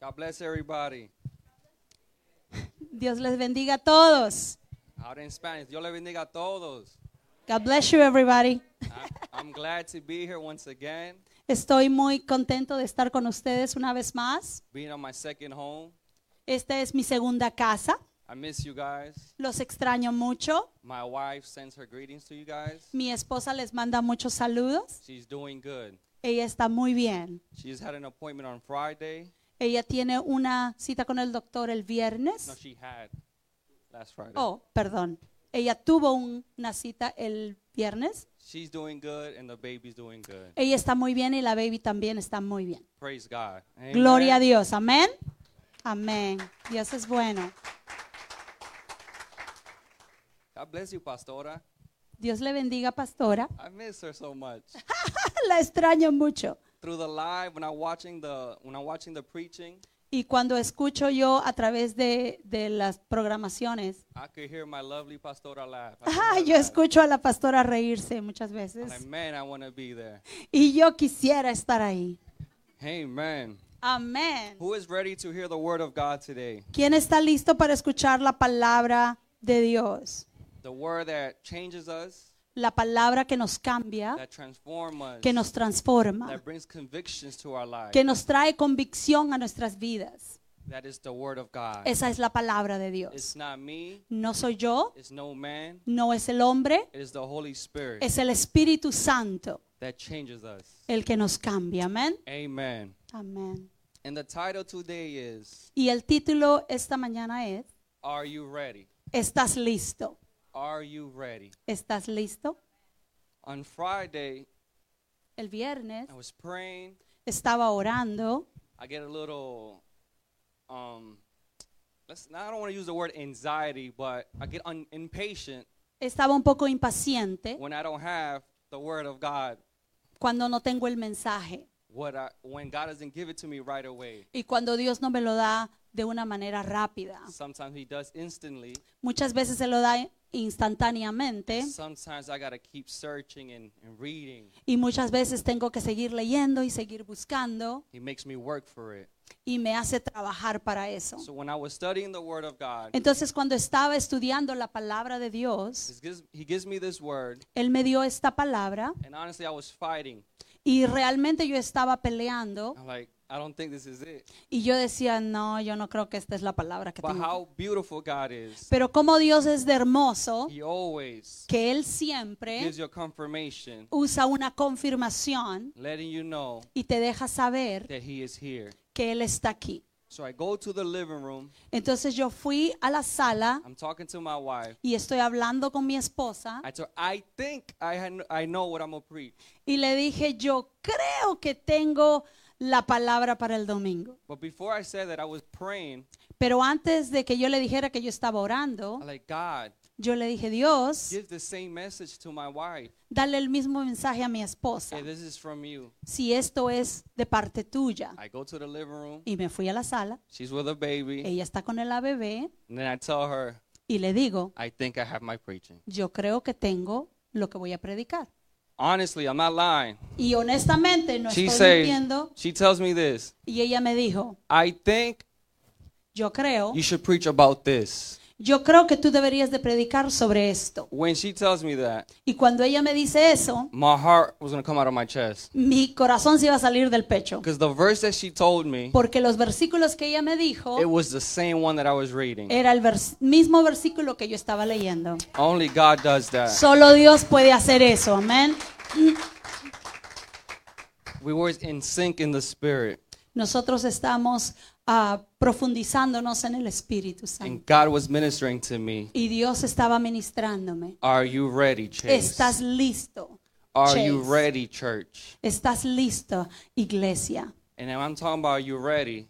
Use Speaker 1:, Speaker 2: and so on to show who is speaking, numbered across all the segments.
Speaker 1: God bless everybody.
Speaker 2: Dios les bendiga a todos.
Speaker 1: Out in Spanish, Dios le bendiga a todos.
Speaker 2: God bless you, everybody.
Speaker 1: I- I'm glad to be here once again,
Speaker 2: Estoy muy contento de estar con ustedes una vez más.
Speaker 1: being on my second home.
Speaker 2: Esta es mi segunda casa.
Speaker 1: I miss you guys.
Speaker 2: Los extraño mucho.
Speaker 1: My wife sends her greetings to you guys.
Speaker 2: Mi esposa les manda muchos saludos.
Speaker 1: She's doing good.
Speaker 2: Ella está muy bien.
Speaker 1: She's had an appointment on Friday.
Speaker 2: Ella tiene una cita con el doctor el
Speaker 1: No,
Speaker 2: viernes.
Speaker 1: she had last Friday.
Speaker 2: Oh, perdón. Ella tuvo un- una cita el viernes.
Speaker 1: She's doing good, and the baby's doing good.
Speaker 2: Ella está muy bien y la baby también está muy bien.
Speaker 1: Praise God. Amen.
Speaker 2: Gloria a Dios. Amén. Amén. Dios es bueno.
Speaker 1: God bless you, Pastora.
Speaker 2: Dios le bendiga, pastora.
Speaker 1: I miss her so much.
Speaker 2: La extraño mucho.
Speaker 1: Through the live, when I'm watching the when I'm watching the preaching,
Speaker 2: Y cuando escucho yo a través de, de las programaciones,
Speaker 1: I could hear my lovely Pastora laugh. I could
Speaker 2: ah,
Speaker 1: hear
Speaker 2: yo
Speaker 1: her
Speaker 2: escucho a la pastora reírse muchas
Speaker 1: laugh.
Speaker 2: veces.
Speaker 1: Like, man, I want to be there.
Speaker 2: Y yo quisiera estar ahí.
Speaker 1: Amen.
Speaker 2: Amén.
Speaker 1: Who is ready to hear the word of God today?
Speaker 2: ¿Quién está listo para escuchar la palabra de Dios?
Speaker 1: The word that changes us,
Speaker 2: La palabra que nos cambia,
Speaker 1: that transforms us,
Speaker 2: que nos transforma,
Speaker 1: that brings convictions to our lives.
Speaker 2: que nos trae convicción a nuestras vidas.
Speaker 1: That is the word of God.
Speaker 2: Esa es la palabra de
Speaker 1: It's
Speaker 2: Dios.
Speaker 1: not me,
Speaker 2: No soy yo,
Speaker 1: it's no man,
Speaker 2: no es el hombre,
Speaker 1: it is the Holy Spirit
Speaker 2: es el Espíritu Santo
Speaker 1: that changes us.
Speaker 2: el que nos cambia. Amén.
Speaker 1: Amen.
Speaker 2: Amén.
Speaker 1: And the title today is
Speaker 2: Y el título esta mañana es,
Speaker 1: Are You Ready?
Speaker 2: ¿estás listo?
Speaker 1: Are You Ready?
Speaker 2: ¿Estás listo?
Speaker 1: On Friday,
Speaker 2: El viernes
Speaker 1: I was praying.
Speaker 2: estaba orando,
Speaker 1: I get a little, um, let's, I don't want to use the word anxiety, but I get un- impatient
Speaker 2: estaba un poco impaciente
Speaker 1: when I don't have the word of God,
Speaker 2: cuando no tengo el mensaje
Speaker 1: what I, when God doesn't give it to me right away.
Speaker 2: y cuando Dios no me lo da de una manera rápida.
Speaker 1: Sometimes He does instantly.
Speaker 2: Muchas veces se lo da instantáneamente
Speaker 1: Sometimes I gotta keep searching and, and reading.
Speaker 2: y muchas veces tengo que seguir leyendo y seguir buscando
Speaker 1: He makes me work for it.
Speaker 2: y me hace trabajar para eso.
Speaker 1: So when I was studying the Word of God,
Speaker 2: Entonces cuando estaba estudiando la palabra de Dios,
Speaker 1: this gives, He gives me this word,
Speaker 2: Él me dio esta palabra
Speaker 1: and honestly, I was fighting.
Speaker 2: y realmente yo estaba peleando
Speaker 1: I'm like, I don't think this is it.
Speaker 2: Y yo decía, no, yo no creo que esta es la palabra que
Speaker 1: But
Speaker 2: tengo.
Speaker 1: how beautiful God is!
Speaker 2: Pero como Dios es de hermoso,
Speaker 1: He always
Speaker 2: que Él siempre
Speaker 1: gives you a confirmation,
Speaker 2: usa una confirmación
Speaker 1: letting you know
Speaker 2: y te deja saber
Speaker 1: that He is here.
Speaker 2: que Él está aquí.
Speaker 1: So I go to the living room.
Speaker 2: Entonces yo fui a la sala
Speaker 1: I'm talking to my wife.
Speaker 2: y estoy hablando con mi esposa
Speaker 1: I told I think I had, I know what I'm gonna preach,
Speaker 2: y le dije, yo creo que tengo la palabra para el domingo.
Speaker 1: but before I said that, I was praying.
Speaker 2: Pero antes de que yo le dijera que yo estaba
Speaker 1: I'm
Speaker 2: orando,
Speaker 1: like, God,
Speaker 2: yo le dije, Dios,
Speaker 1: give the same message to my wife.
Speaker 2: dale el mismo mensaje a mi esposa.
Speaker 1: Hey, this is from you.
Speaker 2: Si esto es de parte tuya.
Speaker 1: I go to the living room.
Speaker 2: Y me fui a la sala,
Speaker 1: She's with a baby,
Speaker 2: ella está con el bebé
Speaker 1: and then I tell her,
Speaker 2: y le digo,
Speaker 1: I think I have my preaching.
Speaker 2: yo creo que tengo lo que voy a predicar.
Speaker 1: Honestly, I'm not lying.
Speaker 2: Y honestamente no
Speaker 1: She
Speaker 2: estoy
Speaker 1: says,
Speaker 2: mintiendo.
Speaker 1: she tells me this.
Speaker 2: Y ella me dijo,
Speaker 1: I think
Speaker 2: yo creo,
Speaker 1: you should preach about this.
Speaker 2: yo creo que tú deberías de predicar sobre esto.
Speaker 1: When she tells me that,
Speaker 2: Y cuando ella me dice eso,
Speaker 1: my heart was gonna come out of my chest.
Speaker 2: mi corazón se iba a salir del pecho.
Speaker 1: Because the verse that she told me,
Speaker 2: Porque los versículos que ella me dijo
Speaker 1: it was the same one that I was reading.
Speaker 2: era el vers- mismo versículo que yo estaba leyendo.
Speaker 1: Only God does that.
Speaker 2: Solo Dios puede hacer eso, amén.
Speaker 1: We were in sync in the spirit,
Speaker 2: Nosotros estamos ah, profundizándonos en el Espíritu Santo.
Speaker 1: and God was ministering to me.
Speaker 2: Y Dios estaba ministrándome.
Speaker 1: Are you ready, church?
Speaker 2: Estás listo.
Speaker 1: Are you
Speaker 2: Chase.
Speaker 1: ready, church?
Speaker 2: Estás listo, iglesia.
Speaker 1: And if I'm talking about are you ready?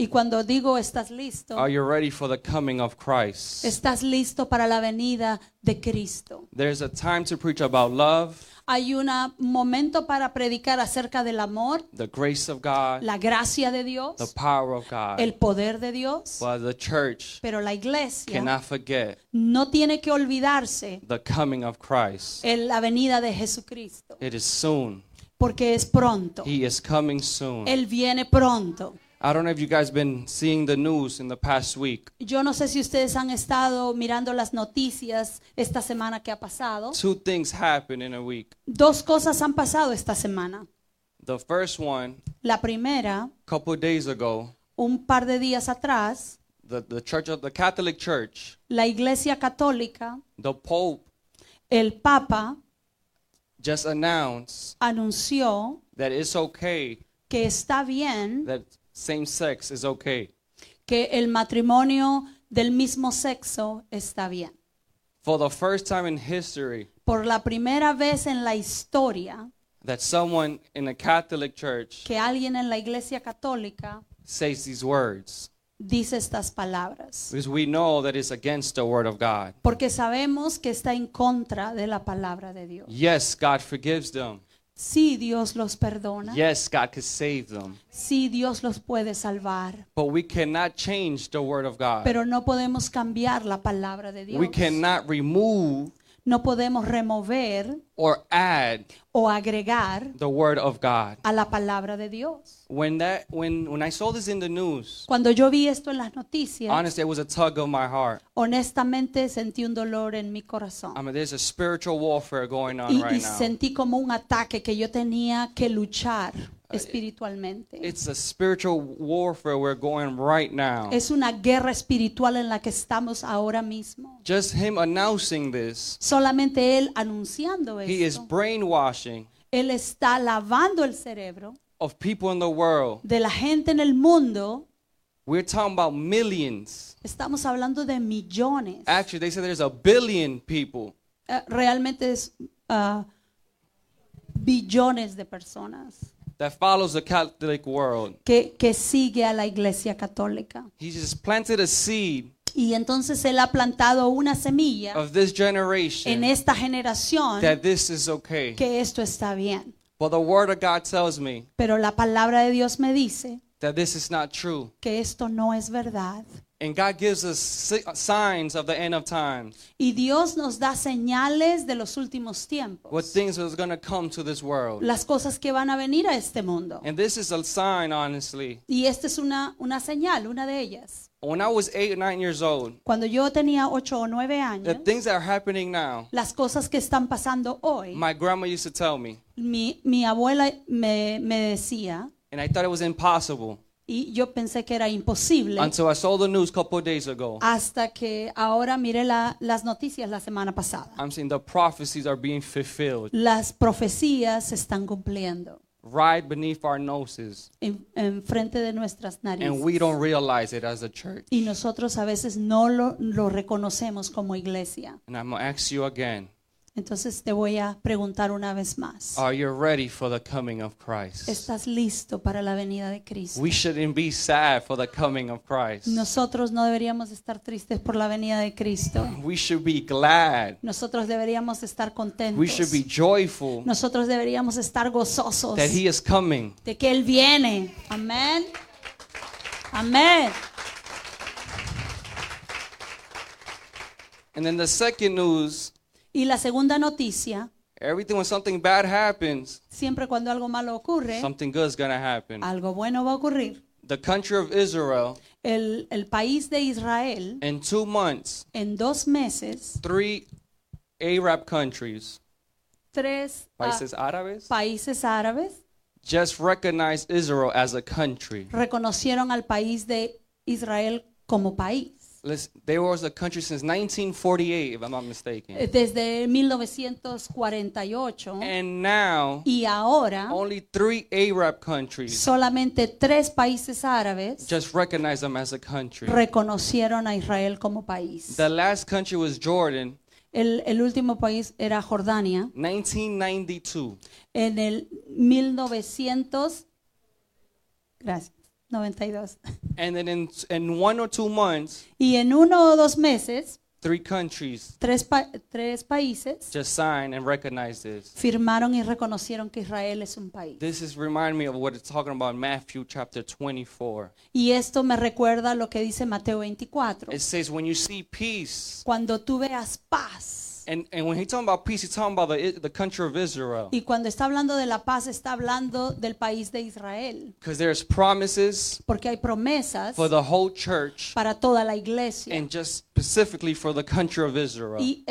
Speaker 2: Y cuando digo estás listo,
Speaker 1: Are you ready for the coming of Christ?
Speaker 2: estás listo para la venida de Cristo.
Speaker 1: There's a time to preach about love,
Speaker 2: Hay un momento para predicar acerca del amor,
Speaker 1: the grace of God,
Speaker 2: la gracia de
Speaker 1: the
Speaker 2: Dios,
Speaker 1: power of God.
Speaker 2: el poder de Dios.
Speaker 1: But the church
Speaker 2: Pero la iglesia
Speaker 1: cannot forget
Speaker 2: no tiene que olvidarse
Speaker 1: the coming of Christ.
Speaker 2: en la venida de Jesucristo,
Speaker 1: It is soon.
Speaker 2: porque es pronto.
Speaker 1: He is coming soon.
Speaker 2: Él viene pronto.
Speaker 1: I don't know if you guys been seeing the news in the past week.
Speaker 2: Yo no sé si ustedes han estado mirando las noticias esta semana que ha pasado.
Speaker 1: Two things happened in a week.
Speaker 2: Dos cosas han pasado esta semana.
Speaker 1: The first one,
Speaker 2: La primera,
Speaker 1: a couple of days ago,
Speaker 2: un par de días atrás,
Speaker 1: the, the church of the Catholic Church,
Speaker 2: la Iglesia Católica,
Speaker 1: the Pope
Speaker 2: el Papa,
Speaker 1: just announced
Speaker 2: anunció
Speaker 1: that it's okay
Speaker 2: que está bien
Speaker 1: that same sex is okay.
Speaker 2: que el matrimonio del mismo sexo está bien.
Speaker 1: For the first time in history,
Speaker 2: Por la primera vez en la historia
Speaker 1: that someone in the Catholic Church
Speaker 2: que alguien en la Iglesia Católica
Speaker 1: says these words,
Speaker 2: dice estas palabras.
Speaker 1: because we know that it's against the Word of God.
Speaker 2: Porque sabemos que está en contra de la palabra de Dios.
Speaker 1: Yes, God forgives them.
Speaker 2: Sí, Dios los perdona.
Speaker 1: Yes, God could save them.
Speaker 2: Sí, Dios los puede salvar.
Speaker 1: But we cannot change the Word of God.
Speaker 2: Pero no podemos cambiar la palabra de Dios.
Speaker 1: We cannot remove
Speaker 2: No podemos remover
Speaker 1: or add
Speaker 2: o agregar
Speaker 1: the Word of God.
Speaker 2: a la palabra de Dios.
Speaker 1: When that when when I saw this in the news,
Speaker 2: Cuando yo vi esto en las noticias,
Speaker 1: honestly, it was a tug of my heart.
Speaker 2: honestamente sentí un dolor en mi corazón.
Speaker 1: I mean, there's a spiritual warfare going on
Speaker 2: Y, y
Speaker 1: right now.
Speaker 2: sentí como un ataque que yo tenía que luchar
Speaker 1: Eh,
Speaker 2: espiritualmente.
Speaker 1: It's a spiritual warfare we're going right now.
Speaker 2: Es una guerra espiritual en la que estamos ahora mismo.
Speaker 1: Just him announcing this,
Speaker 2: Solamente Él anunciando
Speaker 1: he is
Speaker 2: esto,
Speaker 1: brainwashing
Speaker 2: Él está lavando el cerebro
Speaker 1: of people in the world.
Speaker 2: de la gente en el mundo.
Speaker 1: We're talking about millions.
Speaker 2: Estamos hablando de millones.
Speaker 1: Actually, they said there's a billion people.
Speaker 2: Eh, Realmente es ah, billones de personas
Speaker 1: that follows the Catholic world.
Speaker 2: que, que sigue a la iglesia católica.
Speaker 1: He just planted a seed
Speaker 2: Y entonces Él ha plantado una semilla
Speaker 1: of this
Speaker 2: en
Speaker 1: generation
Speaker 2: esta generación
Speaker 1: Oh, that this is okay.
Speaker 2: que esto está bien.
Speaker 1: But the Word of God tells me
Speaker 2: Pero la palabra de Dios me dice
Speaker 1: that this is not true.
Speaker 2: que esto no es verdad.
Speaker 1: And God gives us si- uh, signs of the end of time,
Speaker 2: Y Dios nos da señales de los últimos
Speaker 1: what
Speaker 2: tiempos,
Speaker 1: things is going to come to this world.
Speaker 2: las cosas que van a venir a este mundo.
Speaker 1: And this is a sign, honestly.
Speaker 2: Y esta es una, una señal, una de ellas.
Speaker 1: When I was eight, nine years old,
Speaker 2: Cuando yo tenía ocho o nueve
Speaker 1: the
Speaker 2: años,
Speaker 1: things that are happening now,
Speaker 2: las cosas que están pasando hoy,
Speaker 1: my grandma used to tell me,
Speaker 2: mi, mi abuela me, me decía,
Speaker 1: and I thought it was impossible
Speaker 2: y yo pensé que era imposible,
Speaker 1: until I saw the news a couple of days ago.
Speaker 2: hasta que ahora miré la- las noticias la semana pasada.
Speaker 1: I'm saying the prophecies are being fulfilled.
Speaker 2: Las profecías se están cumpliendo
Speaker 1: right beneath our noses
Speaker 2: en, en frente de nuestras
Speaker 1: and
Speaker 2: narices.
Speaker 1: we don't realize it as a church.
Speaker 2: Y nosotros a veces no lo, lo reconocemos como iglesia.
Speaker 1: And I'm going to ask you again,
Speaker 2: Entonces te voy a preguntar una vez más.
Speaker 1: are you ready for the coming of Christ?
Speaker 2: ¿Estás listo para la venida de Cristo?
Speaker 1: We shouldn't be sad for the coming of Christ.
Speaker 2: Nosotros no deberíamos estar tristes por la venida de Cristo.
Speaker 1: We should be glad.
Speaker 2: Nosotros deberíamos estar
Speaker 1: We should be
Speaker 2: contentos.
Speaker 1: joyful
Speaker 2: Nosotros deberíamos estar gozosos
Speaker 1: that
Speaker 2: de
Speaker 1: he is coming.
Speaker 2: que Él viene. Amén. Amén.
Speaker 1: And then the second news,
Speaker 2: Y la segunda noticia,
Speaker 1: everything when something bad happens,
Speaker 2: siempre cuando algo malo ocurre,
Speaker 1: something good is going to happen.
Speaker 2: algo bueno va a ocurrir.
Speaker 1: The country of Israel
Speaker 2: El, el país de Israel,
Speaker 1: in 2 months,
Speaker 2: en dos meses,
Speaker 1: 3 Arab countries,
Speaker 2: tres ah,
Speaker 1: países árabes,
Speaker 2: países árabes
Speaker 1: just recognized Israel as a country.
Speaker 2: reconocieron al país de Israel como país.
Speaker 1: Listen, they were a country since 1948, if I'm not
Speaker 2: Eh,
Speaker 1: mistaken.
Speaker 2: Desde 1948
Speaker 1: And now,
Speaker 2: y ahora
Speaker 1: only three Arab countries
Speaker 2: solamente tres países árabes
Speaker 1: just recognize them as a country.
Speaker 2: reconocieron a Israel como país.
Speaker 1: The last country was Jordan,
Speaker 2: El, el último país era Jordania
Speaker 1: 1992.
Speaker 2: en el 1900 gracias, 92.
Speaker 1: And then in, in one or two months,
Speaker 2: Y en uno o dos meses,
Speaker 1: three countries
Speaker 2: tres, pa- tres países
Speaker 1: just signed and recognized this.
Speaker 2: firmaron y reconocieron que Israel es un país.
Speaker 1: This is remind me of what it's talking about in Matthew chapter 24.
Speaker 2: Y esto me recuerda lo que dice Mateo 24.
Speaker 1: It says, when you see peace
Speaker 2: Cuando tú veas paz
Speaker 1: And, and when he talking about peace, he's talking about the, the country of Israel.
Speaker 2: Y cuando está hablando de la paz, está hablando del país de Israel,
Speaker 1: Because there's promises
Speaker 2: porque hay promesas
Speaker 1: for the whole church
Speaker 2: para toda la iglesia
Speaker 1: and just specifically for the country of Israel.
Speaker 2: y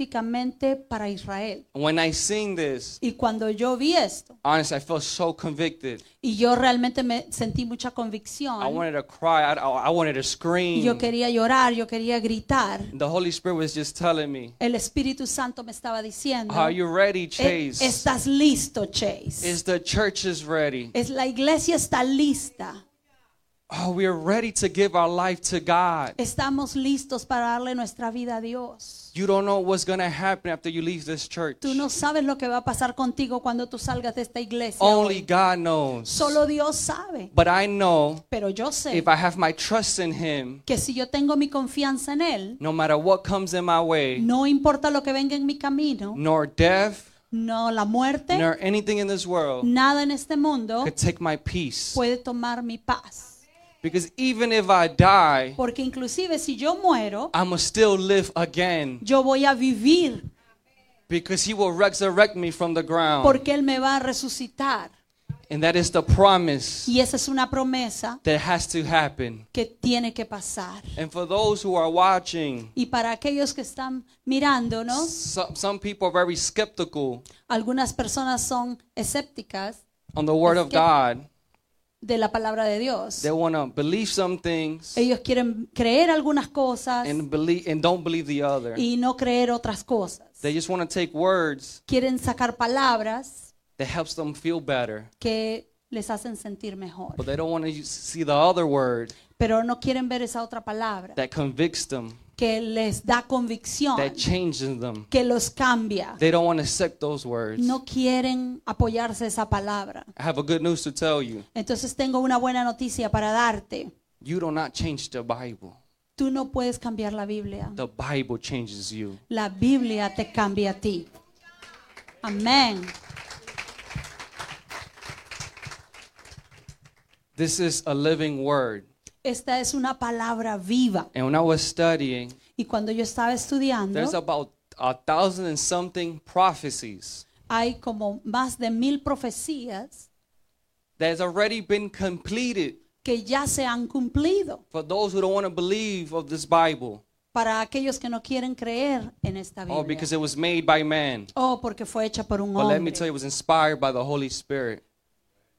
Speaker 2: específicamente para Israel.
Speaker 1: When I sing this,
Speaker 2: Y cuando yo vi esto,
Speaker 1: honestly, I felt so convicted.
Speaker 2: y yo realmente me sentí mucha
Speaker 1: I
Speaker 2: convicción,
Speaker 1: wanted to cry. I, I I wanted to
Speaker 2: y yo
Speaker 1: scream.
Speaker 2: quería llorar, yo quería gritar,
Speaker 1: The Holy Spirit was just telling me,
Speaker 2: el Espíritu Santo me estaba diciendo,
Speaker 1: "Are you ready,
Speaker 2: "Eh,
Speaker 1: Chase?
Speaker 2: estás listo, Chase.
Speaker 1: Is the church is ready?
Speaker 2: Es la iglesia está lista.
Speaker 1: Oh, we are ready to give our life to God.
Speaker 2: Eh. Estamos listos para darle nuestra vida a Dios.
Speaker 1: You don't know what's gonna happen after you leave this church.
Speaker 2: Tú no sabes lo que va a pasar contigo cuando tú salgas de esta iglesia.
Speaker 1: Only
Speaker 2: hoy.
Speaker 1: God knows.
Speaker 2: Solo Dios sabe.
Speaker 1: But I know
Speaker 2: Pero yo sé
Speaker 1: if I have my trust in Him,
Speaker 2: que si yo tengo mi confianza en Él,
Speaker 1: no matter what comes in my way,
Speaker 2: no importa lo que venga en mi camino,
Speaker 1: nor death,
Speaker 2: no la muerte,
Speaker 1: nor anything in this world
Speaker 2: nada en este mundo
Speaker 1: could take my peace.
Speaker 2: puede tomar mi paz.
Speaker 1: Because even if I die,
Speaker 2: Porque inclusive si yo muero,
Speaker 1: I must still live again.
Speaker 2: yo voy a vivir
Speaker 1: Because He will resurrect me from the ground.
Speaker 2: porque Él me va a resucitar.
Speaker 1: And that is the promise
Speaker 2: Y esa es una promesa
Speaker 1: that has to happen.
Speaker 2: que tiene que pasar.
Speaker 1: And for those who are watching,
Speaker 2: Y para aquellos que están mirándonos,
Speaker 1: some, some people are very skeptical
Speaker 2: algunas personas son escépticas
Speaker 1: on the Word of God.
Speaker 2: de la palabra de Dios.
Speaker 1: They want to believe some things
Speaker 2: Ellos quieren creer algunas cosas
Speaker 1: and believe and don't believe the other.
Speaker 2: y no creer otras cosas.
Speaker 1: They just want to take words
Speaker 2: Quieren sacar palabras
Speaker 1: that helps them feel better,
Speaker 2: que les hacen sentir mejor,
Speaker 1: but they don't want to see the other word
Speaker 2: pero no quieren ver esa otra palabra
Speaker 1: that convicts them,
Speaker 2: que les da convicción,
Speaker 1: that changes them.
Speaker 2: que los cambia.
Speaker 1: They don't want to accept those words.
Speaker 2: No quieren apoyarse esa palabra.
Speaker 1: I have a good news to tell you.
Speaker 2: Entonces tengo una buena noticia para darte.
Speaker 1: You do not change the Bible.
Speaker 2: Tú no puedes cambiar la Biblia.
Speaker 1: The Bible changes you.
Speaker 2: La Biblia te cambia a ti. Amén.
Speaker 1: This is a living word.
Speaker 2: Esta es una palabra viva.
Speaker 1: And when I was studying,
Speaker 2: Y cuando yo estaba
Speaker 1: there's
Speaker 2: estudiando,
Speaker 1: about a thousand and something prophecies
Speaker 2: hay como más de mil profecías
Speaker 1: that has already been completed
Speaker 2: que ya se han cumplido
Speaker 1: for those who don't want to believe of this Bible.
Speaker 2: para aquellos que no quieren creer en esta
Speaker 1: Oh,
Speaker 2: Biblia.
Speaker 1: because it was made by man.
Speaker 2: Oh, porque fue hecha por un
Speaker 1: But let me tell
Speaker 2: hombre.
Speaker 1: you, it was inspired by the Holy Spirit.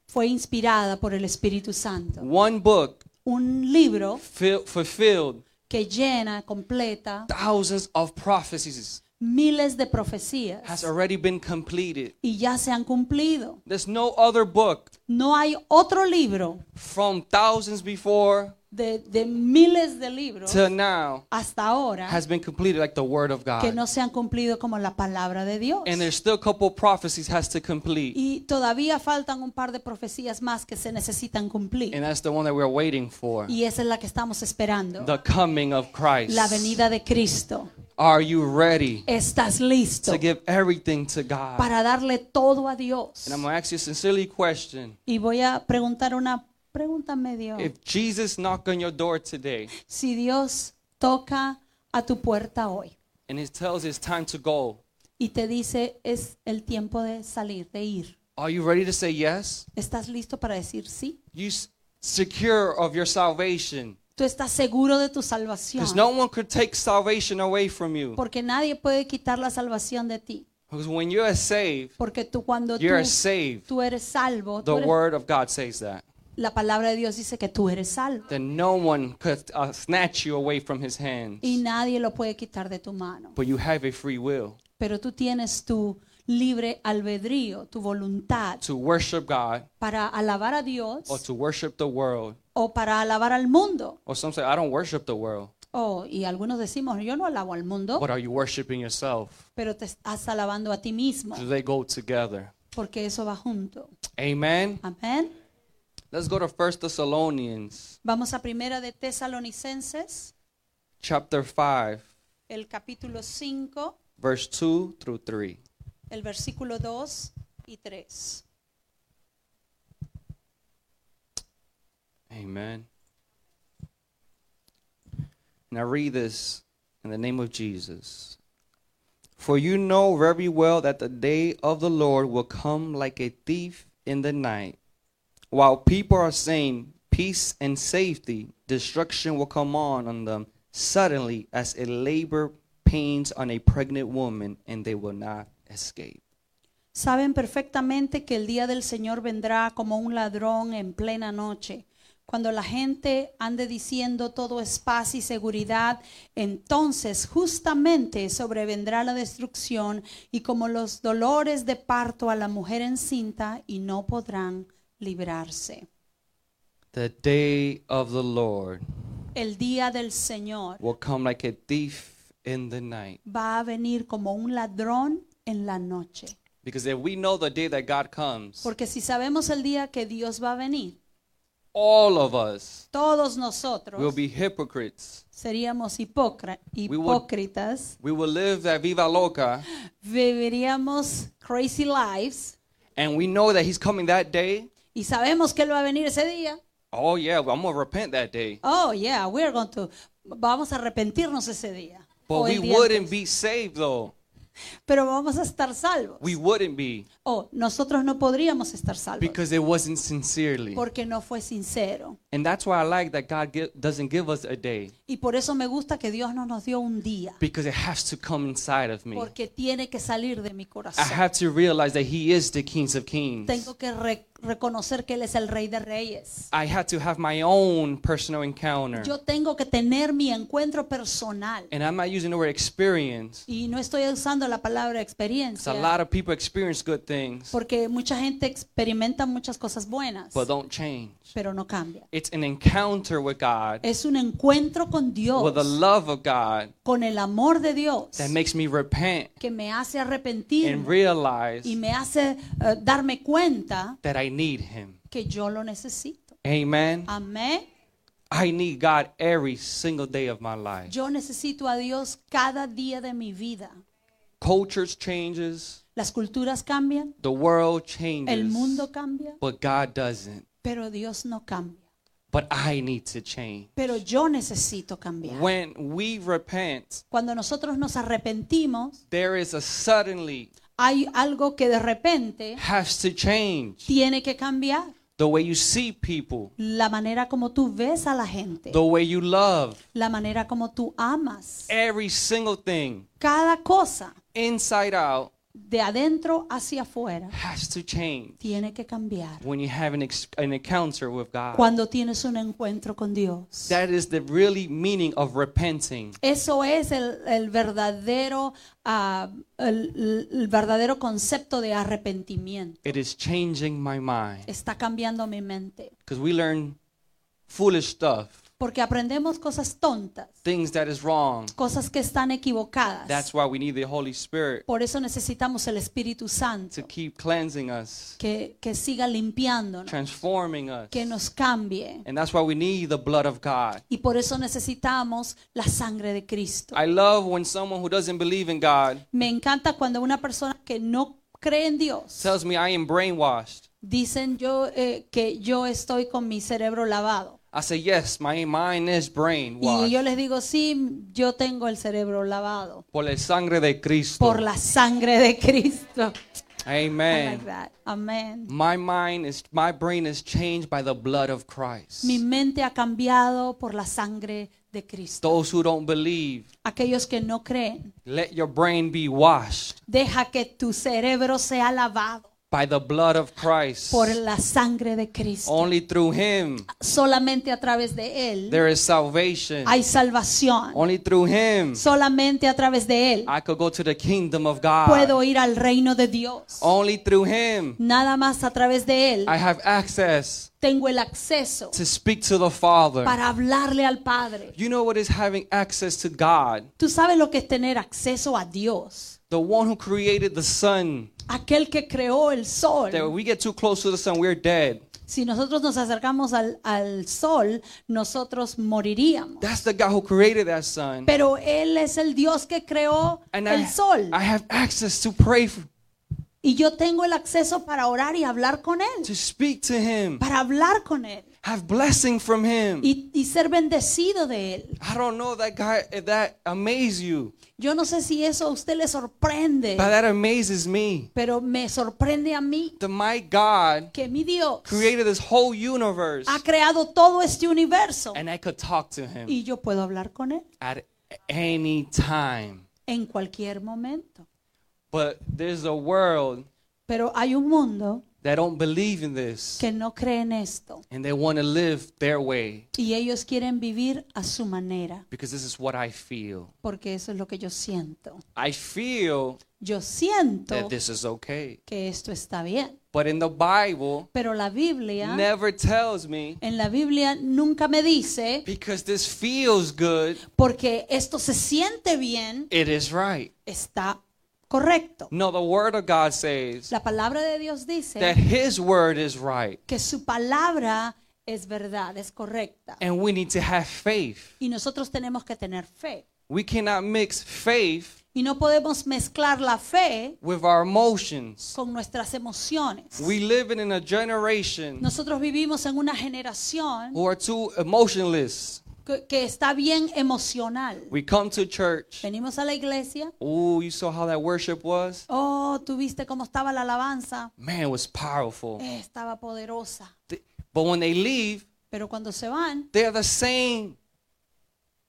Speaker 2: Fue inspirada por el Espíritu Santo.
Speaker 1: One book
Speaker 2: Un libro
Speaker 1: fill, fulfilled
Speaker 2: que llena, completa
Speaker 1: thousands of prophecies
Speaker 2: miles de
Speaker 1: has
Speaker 2: profecías
Speaker 1: already been completed.
Speaker 2: y ya se han cumplido.
Speaker 1: There's no other book
Speaker 2: No hay otro libro
Speaker 1: from thousands before
Speaker 2: de, de miles de libros
Speaker 1: to now
Speaker 2: hasta ahora
Speaker 1: has been completed like the Word of
Speaker 2: que
Speaker 1: God.
Speaker 2: no se han cumplido como la palabra de Dios.
Speaker 1: And there's still a couple prophecies has to complete.
Speaker 2: Y todavía faltan un par de profecías más que se necesitan cumplir.
Speaker 1: And that's the one that we're waiting for.
Speaker 2: Y esa es la que estamos esperando.
Speaker 1: The coming of
Speaker 2: La
Speaker 1: Christ.
Speaker 2: venida de Cristo.
Speaker 1: Are you ready
Speaker 2: Estás listo
Speaker 1: to give everything to God?
Speaker 2: para darle todo a Dios.
Speaker 1: And I'm going to ask you a sincerely question.
Speaker 2: Y voy a preguntar una pregunta medio.
Speaker 1: If Jesus knocked on your door today
Speaker 2: Si Dios toca a tu puerta hoy
Speaker 1: and he tells it's time to go,
Speaker 2: y te dice es el tiempo de salir, de ir,
Speaker 1: are you ready to say yes?
Speaker 2: ¿estás listo para decir sí?
Speaker 1: You s- secure of your salvation.
Speaker 2: Tú estás seguro de tu
Speaker 1: Because
Speaker 2: salvación.
Speaker 1: no one could take salvation away from you.
Speaker 2: Porque nadie puede quitar la salvación de ti.
Speaker 1: Because when you are saved,
Speaker 2: Porque tú cuando tú,
Speaker 1: you are saved.
Speaker 2: tú eres salvo, tú
Speaker 1: The
Speaker 2: eres-
Speaker 1: word of God says that.
Speaker 2: la palabra de Dios dice que tú eres salvo.
Speaker 1: Then no one could uh, snatch you away from his hands.
Speaker 2: Y nadie lo puede quitar de tu mano.
Speaker 1: But you have a free will
Speaker 2: Pero tú tienes tu libre albedrío, tu voluntad
Speaker 1: to worship God
Speaker 2: para alabar a Dios
Speaker 1: or to worship the world.
Speaker 2: o para alabar al mundo.
Speaker 1: Or some say, I don't worship the world.
Speaker 2: Oh, y algunos decimos, yo no alabo al mundo,
Speaker 1: But are you worshiping yourself?
Speaker 2: pero te estás alabando a ti mismo,
Speaker 1: Do they go together?
Speaker 2: porque eso va junto.
Speaker 1: Amen.
Speaker 2: Amén.
Speaker 1: Let's go to 1 Thessalonians
Speaker 2: Vamos a primera de Tesalonicenses,
Speaker 1: chapter 5,
Speaker 2: el capítulo 5,
Speaker 1: verse 2 through 3.
Speaker 2: el versículo 2 y 3.
Speaker 1: Amen. Now read this in the name of Jesus. For you know very well that the day of the Lord will come like a thief in the night. While people are saying peace and safety, destruction will come on on them suddenly as a labor pains on a pregnant woman, and they will not escape.
Speaker 2: Saben perfectamente que el día del Señor vendrá como un ladrón en plena noche. Cuando la gente ande diciendo todo es paz y seguridad, entonces justamente sobrevendrá la destrucción y como los dolores de parto a la mujer encinta y no podrán librarse.
Speaker 1: The day of the Lord
Speaker 2: El día del Señor
Speaker 1: will come like a thief in the night.
Speaker 2: va a venir como un ladrón en la noche.
Speaker 1: Because if we know the day that God comes,
Speaker 2: Porque si sabemos el día que Dios va a venir,
Speaker 1: all of us
Speaker 2: todos
Speaker 1: will
Speaker 2: nosotros
Speaker 1: be hypocrites.
Speaker 2: seríamos hipocra-
Speaker 1: would-
Speaker 2: hipócritas,
Speaker 1: We will live that viva loca,
Speaker 2: viviríamos crazy lives
Speaker 1: and we know that He's coming that day.
Speaker 2: y sabemos que Él va a venir ese día.
Speaker 1: Oh yeah, well, I'm gonna repent that day.
Speaker 2: Oh, yeah, we're going to, vamos a arrepentirnos ese día.
Speaker 1: But
Speaker 2: o
Speaker 1: we
Speaker 2: el día
Speaker 1: wouldn't
Speaker 2: antes.
Speaker 1: be saved though.
Speaker 2: Pero vamos a estar salvos.
Speaker 1: We wouldn't be
Speaker 2: oh, nosotros no podríamos estar salvos
Speaker 1: because it wasn't sincerely.
Speaker 2: porque no fue sincero.
Speaker 1: And that's why I like that God gi- doesn't give us a day
Speaker 2: Y por eso me gusta que Dios no nos dio un día.
Speaker 1: because it has to come inside of me.
Speaker 2: porque tiene que salir de mi
Speaker 1: I
Speaker 2: corazón.
Speaker 1: have to realize that He is the King of Kings.
Speaker 2: Tengo que re- reconocer que Él es el Rey de Reyes.
Speaker 1: I had to have my own personal encounter.
Speaker 2: Yo tengo que tener mi encuentro personal.
Speaker 1: And I'm not using the word experience.
Speaker 2: Y no estoy usando la
Speaker 1: 'cause
Speaker 2: palabra
Speaker 1: a
Speaker 2: experiencia,
Speaker 1: lot of people experience good things,
Speaker 2: porque mucha gente experimenta muchas cosas buenas,
Speaker 1: but don't change.
Speaker 2: pero no cambia.
Speaker 1: It's an encounter with God,
Speaker 2: Es un encuentro con
Speaker 1: with the
Speaker 2: Dios,
Speaker 1: love of God,
Speaker 2: con el amor de Dios,
Speaker 1: that makes me repent
Speaker 2: que me hace
Speaker 1: and
Speaker 2: arrepentir
Speaker 1: realize
Speaker 2: y me hace eh, darme cuenta
Speaker 1: that I need Him.
Speaker 2: que yo lo necesito. Ah.
Speaker 1: Amen.
Speaker 2: Amén.
Speaker 1: I need God every single day of my life.
Speaker 2: Yo necesito a Dios cada día de mi vida.
Speaker 1: Cultures changes,
Speaker 2: Las culturas cambian,
Speaker 1: the world changes,
Speaker 2: el mundo cambia,
Speaker 1: but God doesn't.
Speaker 2: pero Dios no cambia.
Speaker 1: But I need to change.
Speaker 2: Pero yo necesito cambiar.
Speaker 1: When we repent,
Speaker 2: Cuando nosotros nos arrepentimos,
Speaker 1: there is a suddenly
Speaker 2: hay algo que de repente
Speaker 1: has to change.
Speaker 2: tiene que cambiar.
Speaker 1: The way you see people,
Speaker 2: La manera como tú ves a la gente,
Speaker 1: the way you love,
Speaker 2: la manera como tú amas,
Speaker 1: every single thing
Speaker 2: cada cosa
Speaker 1: inside out
Speaker 2: de adentro hacia afuera
Speaker 1: has to change
Speaker 2: tiene que cambiar.
Speaker 1: when you have an, ex- an encounter with God.
Speaker 2: Cuando tienes un encuentro con Dios.
Speaker 1: That is the really meaning of repenting.
Speaker 2: Eso es el, el verdadero, ah, el- el verdadero concepto de arrepentimiento.
Speaker 1: It is changing my mind
Speaker 2: Está cambiando mi mente.
Speaker 1: because we learn foolish stuff,
Speaker 2: Porque aprendemos cosas tontas,
Speaker 1: things that is wrong.
Speaker 2: cosas que están equivocadas.
Speaker 1: That's why we need the Holy Spirit
Speaker 2: Por eso necesitamos el Espíritu
Speaker 1: to
Speaker 2: Santo
Speaker 1: keep cleansing us,
Speaker 2: que, que siga limpiándonos,
Speaker 1: transforming us.
Speaker 2: que nos cambie.
Speaker 1: And that's why we need the blood of God.
Speaker 2: Y por eso necesitamos la sangre de Cristo.
Speaker 1: I love when someone who doesn't believe in God
Speaker 2: Me encanta cuando una persona que no cree en Dios
Speaker 1: tells me I am brainwashed.
Speaker 2: dicen yo eh, que yo estoy con mi cerebro lavado.
Speaker 1: I say, yes, my mind is
Speaker 2: Y yo
Speaker 1: brainwashed
Speaker 2: les digo, sí, yo tengo el cerebro lavado
Speaker 1: por la sangre de
Speaker 2: por
Speaker 1: Cristo.
Speaker 2: la sangre de Cristo. I like
Speaker 1: Amen.
Speaker 2: that. Amén.
Speaker 1: My mind is, my brain is changed by the blood of Christ.
Speaker 2: Mi mente ha cambiado por la sangre de Cristo.
Speaker 1: Those who don't believe,
Speaker 2: Aquellos que no creen,
Speaker 1: let your brain be washed
Speaker 2: deja que tu cerebro sea lavado
Speaker 1: by the blood of Christ.
Speaker 2: por la sangre de Cristo.
Speaker 1: Only through Him
Speaker 2: Solamente a través de Él
Speaker 1: there is salvation.
Speaker 2: hay salvación.
Speaker 1: Only through Him
Speaker 2: Solamente a través de Él
Speaker 1: I could go to the kingdom of God.
Speaker 2: puedo ir al reino de Dios.
Speaker 1: Only through Him
Speaker 2: Nada más a través de Él
Speaker 1: I have access
Speaker 2: tengo el acceso
Speaker 1: to speak to the Father.
Speaker 2: para hablarle al Padre.
Speaker 1: You know what is having access to God?
Speaker 2: Tú sabes lo que es tener acceso a Dios.
Speaker 1: The one who created the sun.
Speaker 2: Aquel que creó el sol.
Speaker 1: That when we get too close to the sun, we're dead.
Speaker 2: Si nosotros nos acercamos al, al sol, nosotros moriríamos.
Speaker 1: That's the God who created that sun.
Speaker 2: Pero Él es el Dios que creó
Speaker 1: And
Speaker 2: el
Speaker 1: I,
Speaker 2: sol.
Speaker 1: I have access to pray, for,
Speaker 2: y yo tengo el acceso para orar y hablar con Él.
Speaker 1: to speak to Him.
Speaker 2: Para hablar con Él.
Speaker 1: have blessing from him.
Speaker 2: y, y ser bendecido de Él.
Speaker 1: I don't know that guy if that amazed you,
Speaker 2: Yo no sé si eso a usted le sorprende,
Speaker 1: but that amazes me.
Speaker 2: pero me sorprende a mí
Speaker 1: The my God
Speaker 2: que mi Dios
Speaker 1: created this whole universe,
Speaker 2: ha creado todo este universo
Speaker 1: and I could talk to him
Speaker 2: y yo puedo hablar con Él
Speaker 1: at any time.
Speaker 2: en cualquier momento.
Speaker 1: But there's a world
Speaker 2: Pero hay un mundo
Speaker 1: that don't believe in this,
Speaker 2: que no cree en esto
Speaker 1: and they want to live their way
Speaker 2: y ellos quieren vivir a su manera,
Speaker 1: because this is what I feel.
Speaker 2: porque eso es lo que yo siento.
Speaker 1: I feel
Speaker 2: Yo siento
Speaker 1: that this is okay.
Speaker 2: que esto está bien,
Speaker 1: But in the Bible,
Speaker 2: pero la Biblia,
Speaker 1: never tells me
Speaker 2: en la Biblia nunca me dice,
Speaker 1: because this feels good,
Speaker 2: porque esto se siente bien,
Speaker 1: it is right.
Speaker 2: está correcto.
Speaker 1: No, the Word of God says
Speaker 2: La palabra de Dios
Speaker 1: that
Speaker 2: dice
Speaker 1: His Word is right.
Speaker 2: que su palabra es verdad, es correcta.
Speaker 1: And we need to have faith.
Speaker 2: Y nosotros tenemos que tener fe.
Speaker 1: We cannot mix faith
Speaker 2: Y no podemos mezclar la fe
Speaker 1: with our emotions.
Speaker 2: con nuestras emociones.
Speaker 1: We live in a generation
Speaker 2: Nosotros vivimos en una generación
Speaker 1: who are too emotionless.
Speaker 2: que, que está bien emocional.
Speaker 1: We come to church.
Speaker 2: Venimos a la iglesia.
Speaker 1: Ooh, you saw how that worship was?
Speaker 2: Oh, tú viste cómo estaba la alabanza.
Speaker 1: Man, it was powerful.
Speaker 2: Eh, estaba poderosa.
Speaker 1: Th- But when they leave,
Speaker 2: Pero cuando se van,
Speaker 1: they're the same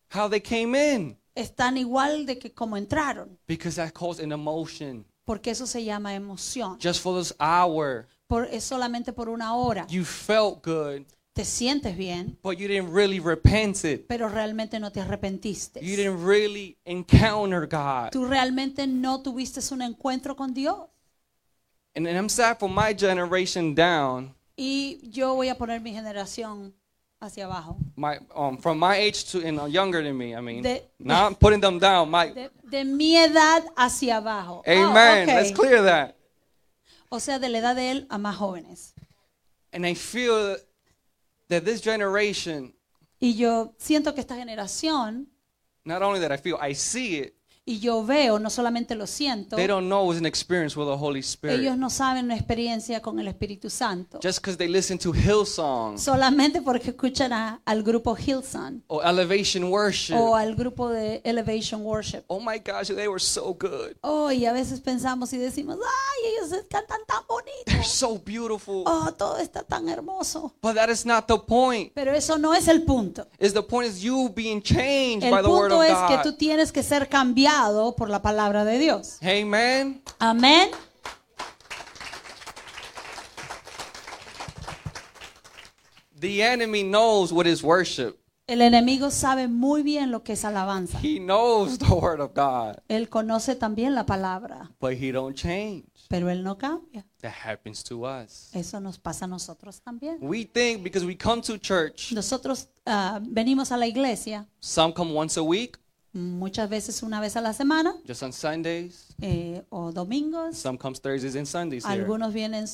Speaker 1: how they came in
Speaker 2: están igual de que como entraron.
Speaker 1: because that caused an emotion.
Speaker 2: Porque eso se llama emoción.
Speaker 1: Just for this hour,
Speaker 2: Por, es solamente por una hora.
Speaker 1: you felt good,
Speaker 2: Te sientes bien,
Speaker 1: but you didn't really repent it.
Speaker 2: pero realmente no te arrepentiste.
Speaker 1: You didn't really encounter God.
Speaker 2: Tú realmente no tuviste un encuentro con Dios.
Speaker 1: And, and I'm sad for my generation down,
Speaker 2: Y yo voy a poner mi generación hacia abajo.
Speaker 1: my um, from my age to and younger than me. I mean,
Speaker 2: The-
Speaker 1: now I'm putting them down. My
Speaker 2: De, de mi edad hacia abajo. Oh,
Speaker 1: amen.
Speaker 2: ok.
Speaker 1: Let's clear that.
Speaker 2: O sea, de la edad de él a más jóvenes.
Speaker 1: And I feel that this generation,
Speaker 2: Y yo siento que esta generación,
Speaker 1: not only that I feel, I see it.
Speaker 2: y yo veo, no solamente lo siento,
Speaker 1: They don't know it's an experience with the Holy
Speaker 2: ellos
Speaker 1: Spirit.
Speaker 2: no saben una experiencia con el Espíritu Santo.
Speaker 1: Just because they listen to Hillsong
Speaker 2: solamente porque escuchan a- al grupo Hillsong
Speaker 1: or Elevation Worship.
Speaker 2: o al grupo de Elevation Worship.
Speaker 1: Oh my gosh, they were so good.
Speaker 2: Oh, y a veces pensamos y decimos, ay, ellos cantan tan
Speaker 1: They're
Speaker 2: bonito.
Speaker 1: so beautiful.
Speaker 2: Oh, todo está tan hermoso.
Speaker 1: But that is not the point.
Speaker 2: Pero eso no es el punto.
Speaker 1: Is the point is you being changed by
Speaker 2: El
Speaker 1: the word of
Speaker 2: punto es que tú
Speaker 1: God.
Speaker 2: tienes que ser cambiado por la palabra de Dios.
Speaker 1: Amen.
Speaker 2: Amén.
Speaker 1: The enemy knows what is worship.
Speaker 2: El enemigo sabe muy bien lo que es alabanza.
Speaker 1: He knows the word of God,
Speaker 2: Él conoce también la palabra,
Speaker 1: but he don't change.
Speaker 2: pero él no cambia.
Speaker 1: That happens to us.
Speaker 2: Eso nos pasa a nosotros también.
Speaker 1: We think because we come to church,
Speaker 2: Nosotros ah, venimos a la iglesia
Speaker 1: some come once a week,
Speaker 2: muchas veces una vez a la semana
Speaker 1: just on Sundays.
Speaker 2: eh, o domingos.
Speaker 1: Some comes Thursdays and Sundays here.
Speaker 2: Algunos vienen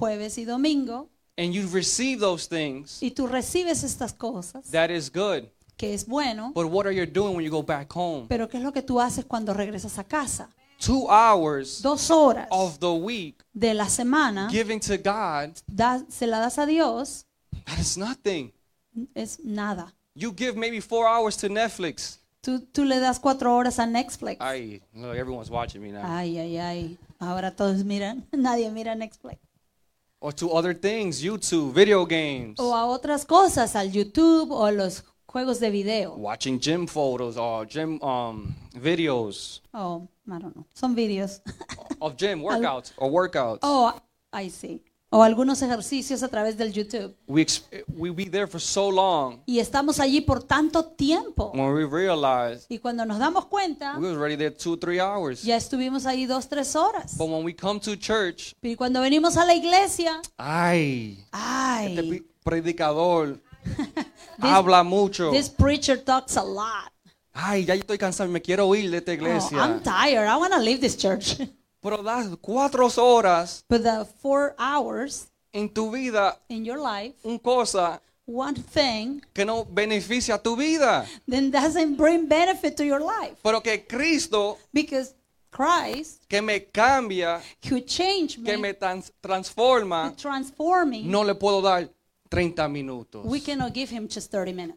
Speaker 2: jueves y domingo
Speaker 1: And you receive those things.
Speaker 2: y tú recibes estas cosas,
Speaker 1: That is good.
Speaker 2: que es bueno,
Speaker 1: But what are you doing when you go back home?
Speaker 2: pero ¿qué es lo que tú haces cuando regresas a casa?
Speaker 1: Two hours
Speaker 2: Dos horas
Speaker 1: of the week
Speaker 2: de la semana
Speaker 1: giving to God
Speaker 2: da- se la das a Dios,
Speaker 1: That is nothing.
Speaker 2: es nada.
Speaker 1: You give maybe four hours to Netflix.
Speaker 2: Tú, tú le das cuatro horas a Netflix.
Speaker 1: I look, everyone's watching me now.
Speaker 2: Ay, ay, ay. Ahora todos miran, nadie mira Netflix.
Speaker 1: Or to other things, YouTube, video games,
Speaker 2: O a otras cosas, al YouTube o a los juegos de video.
Speaker 1: watching gym photos or gym um, videos
Speaker 2: Oh, I don't know. Son videos.
Speaker 1: of gym workouts or workouts.
Speaker 2: Oh, I see. O algunos ejercicios a través del YouTube.
Speaker 1: We ex- we be there for so long
Speaker 2: Y estamos allí por tanto tiempo.
Speaker 1: when we realize
Speaker 2: Y cuando nos damos cuenta,
Speaker 1: we was already there two three hours.
Speaker 2: ya estuvimos ahí dos, tres horas.
Speaker 1: But when we come to church,
Speaker 2: Y cuando venimos a la iglesia,
Speaker 1: ay, este Ah,
Speaker 2: ay,
Speaker 1: pi- predicador habla mucho.
Speaker 2: this preacher talks a lot.
Speaker 1: Ay, ya yo estoy cansado, me quiero ir de esta
Speaker 2: Oh,
Speaker 1: iglesia.
Speaker 2: I'm tired. I want to leave this church.
Speaker 1: Pero das cuatro horas
Speaker 2: But the four hours
Speaker 1: en tu vida
Speaker 2: in your life,
Speaker 1: un cosa
Speaker 2: one thing,
Speaker 1: que no beneficia a tu vida,
Speaker 2: then doesn't bring benefit to your life.
Speaker 1: pero que Cristo
Speaker 2: Because Christ,
Speaker 1: que me cambia,
Speaker 2: who changed
Speaker 1: que
Speaker 2: me,
Speaker 1: me trans- transforma,
Speaker 2: transformed me,
Speaker 1: no le puedo dar 30 minutos.
Speaker 2: We cannot give him just 30 minutes.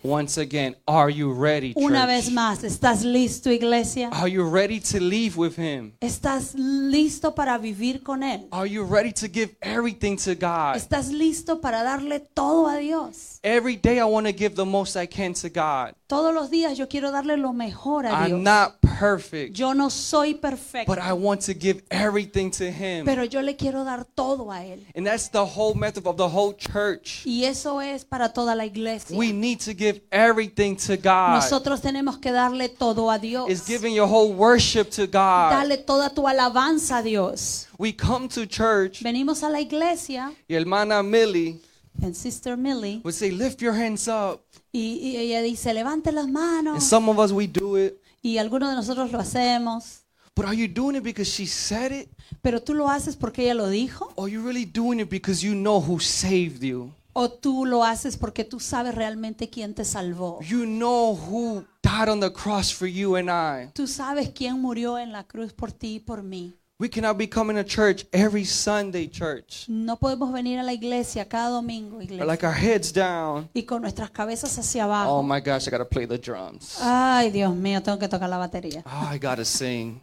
Speaker 1: Once again, are you ready,
Speaker 2: Una
Speaker 1: church? Ah.
Speaker 2: vez más, ¿estás listo, iglesia?
Speaker 1: Are you ready to leave with him?
Speaker 2: ¿Estás listo para vivir con él?
Speaker 1: Are you ready to give everything to God?
Speaker 2: ¿Estás listo para darle todo a Dios?
Speaker 1: Every day I want to give the most I can to God.
Speaker 2: Todos los días yo quiero darle lo mejor a
Speaker 1: I'm
Speaker 2: Dios.
Speaker 1: not perfect,
Speaker 2: Yo no soy
Speaker 1: but
Speaker 2: perfecto,
Speaker 1: I want to give everything to him.
Speaker 2: pero yo le quiero dar todo a él.
Speaker 1: And that's the whole method of the whole church.
Speaker 2: Y eso es para toda la iglesia.
Speaker 1: We need to give everything to God.
Speaker 2: Nosotros tenemos que darle todo a Dios.
Speaker 1: It's giving your whole worship to God.
Speaker 2: Dale toda tu alabanza a Dios.
Speaker 1: We come to church,
Speaker 2: Venimos a la iglesia,
Speaker 1: y hermana Millie
Speaker 2: and Sister Millie,
Speaker 1: would say, lift your hands up.
Speaker 2: y, y ella dice, levante las
Speaker 1: And
Speaker 2: manos.
Speaker 1: some of us, we do it.
Speaker 2: Y algunos de nosotros lo hacemos.
Speaker 1: But are you doing it because she said it?
Speaker 2: Pero tú lo haces porque ella lo dijo,
Speaker 1: Or are you really doing it because you know who saved you?
Speaker 2: o tú lo haces porque tú sabes realmente quién te salvó.
Speaker 1: You know who died on the cross for you and I.
Speaker 2: Tú sabes quién murió en la cruz por ti y por mí.
Speaker 1: We cannot be coming to church every Sunday, church.
Speaker 2: No podemos venir a la iglesia cada domingo,
Speaker 1: Or
Speaker 2: iglesia,
Speaker 1: like our heads down.
Speaker 2: y con nuestras cabezas hacia
Speaker 1: Oh
Speaker 2: abajo.
Speaker 1: my gosh, I gotta play the drums.
Speaker 2: Ay, Dios mío, tengo que tocar la batería.
Speaker 1: Oh, I gotta sing.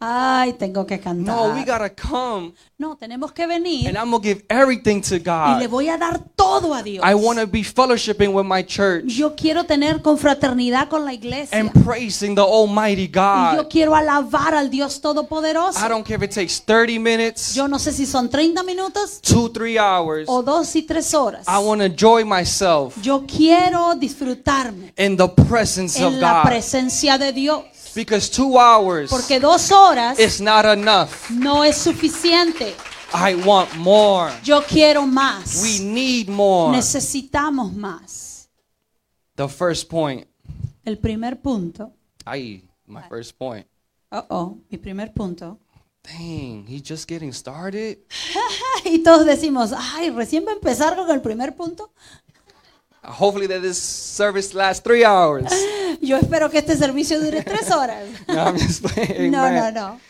Speaker 2: Ay, tengo que
Speaker 1: No, we
Speaker 2: cantar.
Speaker 1: gotta come
Speaker 2: No, tenemos que
Speaker 1: and
Speaker 2: venir
Speaker 1: I'm gonna give everything to
Speaker 2: y le
Speaker 1: God.
Speaker 2: voy a dar todo a Dios.
Speaker 1: I wanna be fellowshipping with my church
Speaker 2: Yo quiero tener confraternidad con la iglesia.
Speaker 1: and praising the Almighty
Speaker 2: Y yo
Speaker 1: God.
Speaker 2: quiero alabar al Dios
Speaker 1: I
Speaker 2: Todopoderoso.
Speaker 1: don't care if it takes 30 minutes,
Speaker 2: Yo no sé si son 30 minutos
Speaker 1: two, three hours.
Speaker 2: o dos y tres horas.
Speaker 1: I wanna enjoy myself.
Speaker 2: Yo quiero disfrutarme
Speaker 1: in the presence of
Speaker 2: en la
Speaker 1: God.
Speaker 2: presencia de Dios.
Speaker 1: Because two hours
Speaker 2: Porque dos horas
Speaker 1: is not enough.
Speaker 2: no es suficiente.
Speaker 1: I want more.
Speaker 2: Yo quiero más.
Speaker 1: We need more.
Speaker 2: Necesitamos más.
Speaker 1: The first point.
Speaker 2: El primer punto.
Speaker 1: I my first point.
Speaker 2: Oh, oh, mi primer punto.
Speaker 1: Dang, he just getting started.
Speaker 2: Y todos decimos, ay, recién va a empezar con el primer punto.
Speaker 1: Hopefully that this service lasts three hours.
Speaker 2: Yo espero que este servicio dure tres horas.
Speaker 1: No, I'm just playing.
Speaker 2: No, no,
Speaker 1: man.
Speaker 2: no.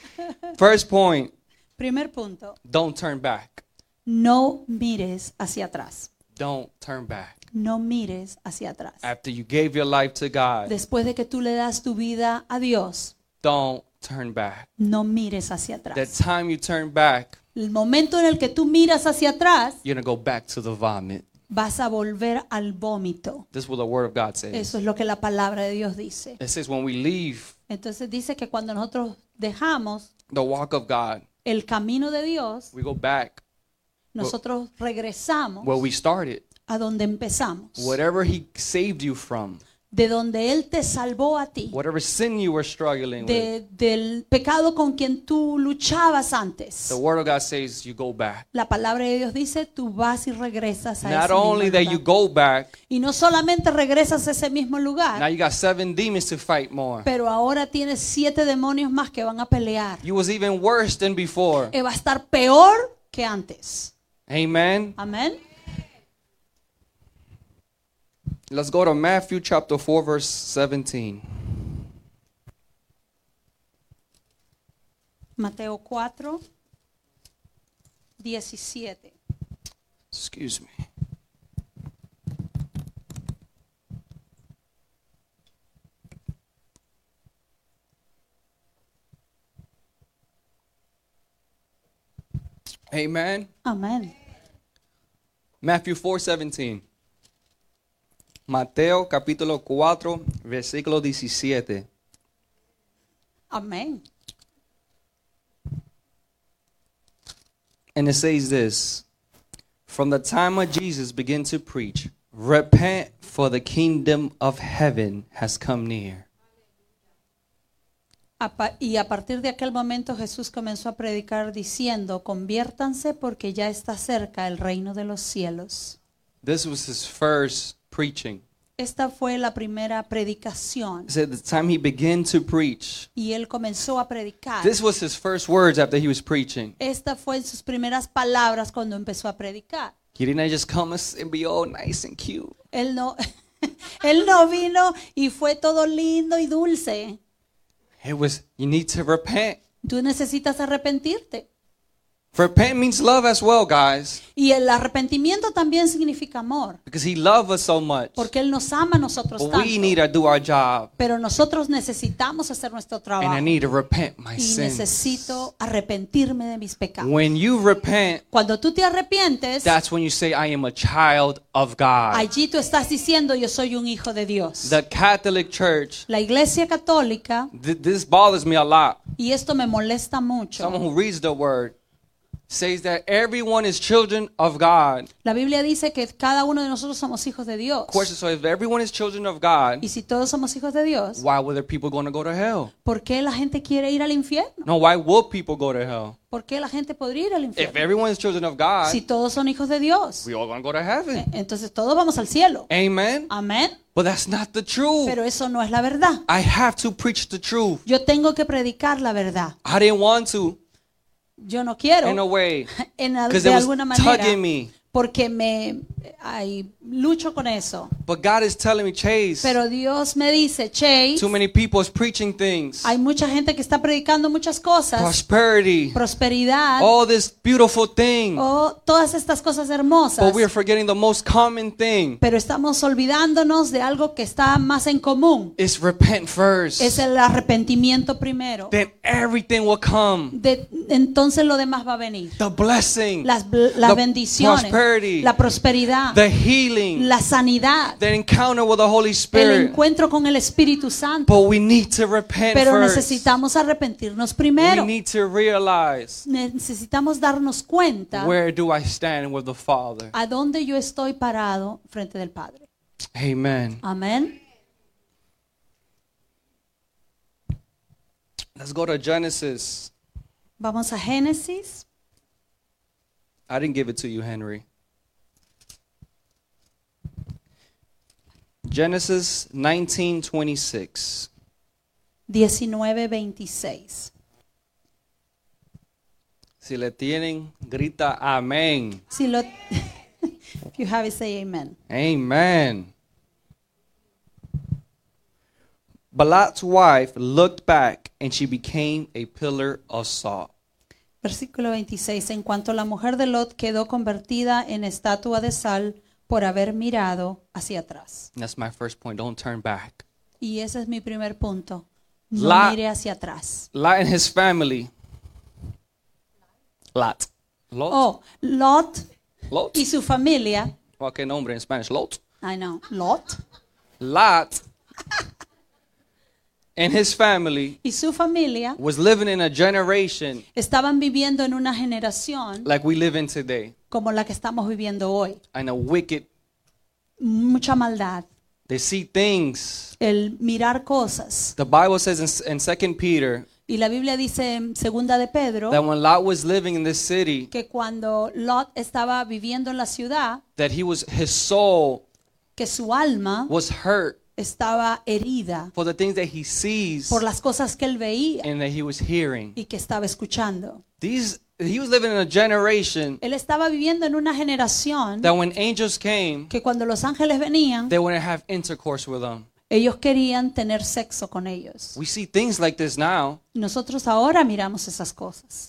Speaker 1: First point.
Speaker 2: Primer punto,
Speaker 1: Don't turn back.
Speaker 2: no mires hacia atrás.
Speaker 1: Don't turn back.
Speaker 2: No mires hacia atrás.
Speaker 1: After you gave your life to God,
Speaker 2: Después de que tú le das tu vida a Dios,
Speaker 1: don't turn back.
Speaker 2: no mires hacia
Speaker 1: The
Speaker 2: atrás.
Speaker 1: time you turn back,
Speaker 2: El momento en el que tú miras hacia atrás,
Speaker 1: you're gonna go back to the vomit.
Speaker 2: vas a volver al vómito.
Speaker 1: This is what the word of God says.
Speaker 2: Eso es lo que la palabra de Dios dice.
Speaker 1: It says when we leave
Speaker 2: Entonces dice que cuando nosotros dejamos
Speaker 1: the walk of God,
Speaker 2: el camino de Dios,
Speaker 1: we go back
Speaker 2: nosotros regresamos
Speaker 1: where we started.
Speaker 2: a donde empezamos,
Speaker 1: Whatever He saved you from,
Speaker 2: de donde Él te salvó a ti,
Speaker 1: whatever sin you were struggling with,
Speaker 2: de- del pecado con quien tú luchabas antes.
Speaker 1: the Word of God says you go back.
Speaker 2: La palabra de Dios dice, tú vas y regresas a
Speaker 1: Not
Speaker 2: ese mismo
Speaker 1: only that you
Speaker 2: lugar.
Speaker 1: go back,
Speaker 2: Y no solamente regresas a ese mismo
Speaker 1: now
Speaker 2: lugar,
Speaker 1: you got seven demons to fight more.
Speaker 2: pero ahora tienes siete demonios más que van a pelear.
Speaker 1: You was even worse than before.
Speaker 2: Eh, va a estar peor que antes.
Speaker 1: Amen.
Speaker 2: Amén.
Speaker 1: Let's go to Matthew chapter 4, verse 17.
Speaker 2: Mateo 4, 17.
Speaker 1: Excuse me. Amen.
Speaker 2: Amén.
Speaker 1: Matthew 4:17. Mateo capítulo 4, versículo 17.
Speaker 2: Amén.
Speaker 1: And it says this From the time of Jesus began to preach, repent, for the kingdom of heaven has come near.
Speaker 2: A pa- Y a partir de aquel momento Jesús comenzó a predicar diciendo, conviértanse porque ya está cerca el reino de los cielos.
Speaker 1: This was his first preaching.
Speaker 2: Esta fue la primera predicación
Speaker 1: It said the time he began to preach,
Speaker 2: y él comenzó a predicar.
Speaker 1: This was his first words after he was preaching.
Speaker 2: Esta fue en sus primeras palabras cuando empezó a predicar.
Speaker 1: He didn't just come and be all nice and cute.
Speaker 2: Él no, él no vino y fue todo lindo y dulce.
Speaker 1: It was, you need to repent.
Speaker 2: Tú necesitas arrepentirte.
Speaker 1: Repent means love as well, guys,
Speaker 2: Y el arrepentimiento también significa amor,
Speaker 1: because He loved us so much.
Speaker 2: porque Él nos ama a nosotros
Speaker 1: But we need
Speaker 2: tanto.
Speaker 1: to do our job,
Speaker 2: Pero nosotros necesitamos hacer nuestro
Speaker 1: and I
Speaker 2: trabajo
Speaker 1: need to repent my
Speaker 2: y
Speaker 1: sins.
Speaker 2: necesito arrepentirme de mis pecados.
Speaker 1: When you repent,
Speaker 2: Cuando tú te arrepientes,
Speaker 1: that's when you say, "I am a child of God."
Speaker 2: allí tú estás diciendo yo soy un hijo de Dios.
Speaker 1: The Catholic Church.
Speaker 2: La iglesia católica,
Speaker 1: th- this bothers me a lot.
Speaker 2: y esto me molesta mucho,
Speaker 1: Someone who reads the Word says that everyone is children of God.
Speaker 2: la Biblia dice que cada uno de nosotros somos hijos de Dios.
Speaker 1: Question: So if everyone is children of God,
Speaker 2: Y si todos somos hijos de Dios,
Speaker 1: why were there people going to go to hell?
Speaker 2: ¿por qué la gente quiere ir al infierno?
Speaker 1: No, why will people go to hell?
Speaker 2: ¿Por qué la gente podría ir al
Speaker 1: If
Speaker 2: infierno?
Speaker 1: everyone is children of God,
Speaker 2: Si todos son hijos de Dios,
Speaker 1: we all going to go to
Speaker 2: eh,
Speaker 1: heaven.
Speaker 2: entonces todos vamos al cielo. Ah.
Speaker 1: Amen.
Speaker 2: Amén.
Speaker 1: But that's not the truth.
Speaker 2: Pero eso no es la verdad.
Speaker 1: I have to preach the truth.
Speaker 2: Yo tengo que predicar la verdad.
Speaker 1: I didn't want to
Speaker 2: Yo no
Speaker 1: in a
Speaker 2: quiero,
Speaker 1: way
Speaker 2: en al-
Speaker 1: because
Speaker 2: de
Speaker 1: it was
Speaker 2: alguna manera,
Speaker 1: tugging me.
Speaker 2: porque me ay, lucho con eso.
Speaker 1: But God is telling me, Chase,
Speaker 2: Pero Dios me dice, Chase,
Speaker 1: too many people is preaching things.
Speaker 2: hay mucha gente que está predicando muchas cosas,
Speaker 1: Prosperity.
Speaker 2: prosperidad,
Speaker 1: all this beautiful thing,
Speaker 2: o todas estas cosas hermosas.
Speaker 1: but we are forgetting the most common thing
Speaker 2: Pero estamos olvidándonos de algo que está más en común.
Speaker 1: is repent first.
Speaker 2: Es el arrepentimiento primero.
Speaker 1: then everything will come.
Speaker 2: De- entonces lo demás va a venir.
Speaker 1: The blessing,
Speaker 2: Las, bl- las
Speaker 1: the
Speaker 2: bendiciones,
Speaker 1: prosperity,
Speaker 2: la prosperidad,
Speaker 1: the healing,
Speaker 2: la sanidad,
Speaker 1: the encounter with the Holy
Speaker 2: el
Speaker 1: Spirit.
Speaker 2: encuentro con el Espíritu Santo.
Speaker 1: But we need to repent
Speaker 2: Pero
Speaker 1: first.
Speaker 2: necesitamos arrepentirnos
Speaker 1: We
Speaker 2: primero.
Speaker 1: need to realize
Speaker 2: Necesitamos darnos cuenta
Speaker 1: where do I stand with the Father.
Speaker 2: a dónde yo estoy parado frente del Padre.
Speaker 1: Amen.
Speaker 2: Amén.
Speaker 1: Let's go to Genesis.
Speaker 2: Vamos a Génesis.
Speaker 1: I didn't give it to you, Henry. Genesis 19:26.
Speaker 2: 19:26.
Speaker 1: Si le tienen, grita amén.
Speaker 2: Si lo If you have it, say amen.
Speaker 1: Amen. Balak's wife looked back and she became a pillar of salt.
Speaker 2: Versículo 26. En cuanto la mujer de Lot quedó convertida en estatua de sal por haber mirado hacia atrás.
Speaker 1: And that's my first point. Don't turn back.
Speaker 2: Y ese es mi primer punto. No
Speaker 1: La-
Speaker 2: mire hacia atrás.
Speaker 1: Lot and his family. Lot. Lot.
Speaker 2: Oh, Lot
Speaker 1: Lot.
Speaker 2: y su familia.
Speaker 1: Well, qué nombre en Spanish. Lot.
Speaker 2: I know, Lot
Speaker 1: Lot and his family
Speaker 2: y su familia
Speaker 1: was living in a generation
Speaker 2: estaban viviendo en una generación
Speaker 1: like we live in today,
Speaker 2: como la que estamos viviendo hoy.
Speaker 1: and a wicked.
Speaker 2: Mucha maldad.
Speaker 1: They see things
Speaker 2: El mirar cosas.
Speaker 1: The Bible says in, in 2 Peter
Speaker 2: Y la Biblia dice en segunda de Pedro
Speaker 1: that when Lot was living in this city,
Speaker 2: que cuando Lot estaba viviendo en la ciudad,
Speaker 1: that he was his soul
Speaker 2: que su alma
Speaker 1: was hurt
Speaker 2: estaba herida
Speaker 1: for the things that he sees
Speaker 2: por las cosas que él veía
Speaker 1: and that he was hearing.
Speaker 2: y que estaba escuchando.
Speaker 1: These he was living in a generation
Speaker 2: Él estaba viviendo en una generación
Speaker 1: that when angels came,
Speaker 2: que cuando los ángeles venían,
Speaker 1: they wouldn't have intercourse with them.
Speaker 2: ellos querían tener sexo con ellos.
Speaker 1: We see things like this now.
Speaker 2: Nosotros ahora miramos esas cosas.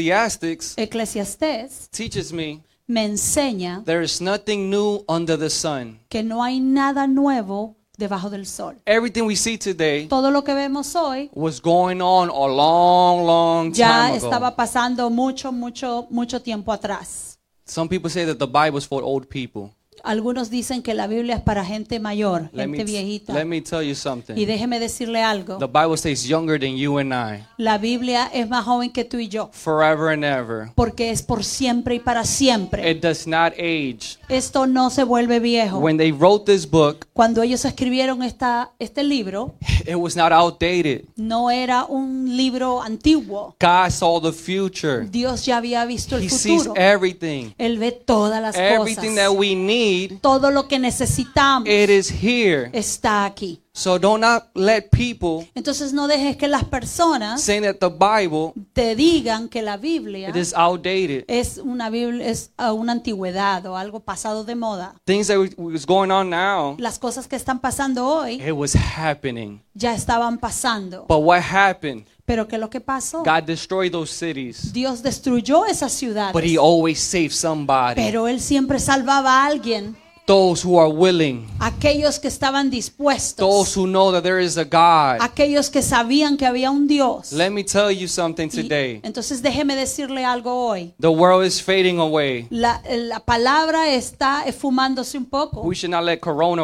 Speaker 1: Ecclesiastics
Speaker 2: Eclesiastés
Speaker 1: teaches me
Speaker 2: me enseña
Speaker 1: there is nothing new under the sun.
Speaker 2: que no hay nada nuevo debajo del sol.
Speaker 1: Everything we see today
Speaker 2: Todo lo que vemos hoy
Speaker 1: was going on a long, long
Speaker 2: ya
Speaker 1: time ago.
Speaker 2: estaba pasando mucho, mucho, mucho tiempo atrás.
Speaker 1: Some people say that the Bible is for old people.
Speaker 2: Algunos dicen que la Biblia es para gente mayor,
Speaker 1: Let me,
Speaker 2: gente viejita.
Speaker 1: let me tell you
Speaker 2: Y
Speaker 1: something.
Speaker 2: déjeme decirle algo.
Speaker 1: The Bible says younger than you and I,
Speaker 2: La Biblia es más joven que tú y yo,
Speaker 1: forever and ever.
Speaker 2: porque es por siempre y para siempre.
Speaker 1: It does not age.
Speaker 2: Esto no se vuelve viejo.
Speaker 1: Eh, When they wrote this book,
Speaker 2: Cuando ellos escribieron esta, este libro,
Speaker 1: it was not outdated.
Speaker 2: no era un libro antiguo.
Speaker 1: God saw the future.
Speaker 2: Dios ya había visto
Speaker 1: He
Speaker 2: el
Speaker 1: sees
Speaker 2: futuro.
Speaker 1: everything.
Speaker 2: Él ve todas las
Speaker 1: Everything that
Speaker 2: cosas.
Speaker 1: we need,
Speaker 2: Todo lo que necesitamos
Speaker 1: it is here.
Speaker 2: está aquí.
Speaker 1: So do not let people
Speaker 2: Entonces no dejes que las personas
Speaker 1: saying that the Bible
Speaker 2: te digan que la Biblia
Speaker 1: it is outdated.
Speaker 2: es una Biblia es ah, una antigüedad o algo pasado de moda.
Speaker 1: Things that was going on now,
Speaker 2: Las cosas que están pasando hoy
Speaker 1: it was happening.
Speaker 2: ya estaban pasando.
Speaker 1: But what happened?
Speaker 2: Pero ¿qué es lo que pasó?
Speaker 1: God destroyed those cities.
Speaker 2: Dios destruyó esas ciudades.
Speaker 1: But he always saved somebody.
Speaker 2: Pero él siempre salvaba a alguien,
Speaker 1: Those who are willing.
Speaker 2: aquellos que estaban
Speaker 1: Those
Speaker 2: dispuestos,
Speaker 1: who know that there is a God.
Speaker 2: aquellos que sabían que había un Dios.
Speaker 1: Let me tell you something
Speaker 2: Y-
Speaker 1: today.
Speaker 2: entonces déjeme decirle algo hoy.
Speaker 1: The world is fading away.
Speaker 2: La, la palabra está esfumándose un poco.
Speaker 1: We should not let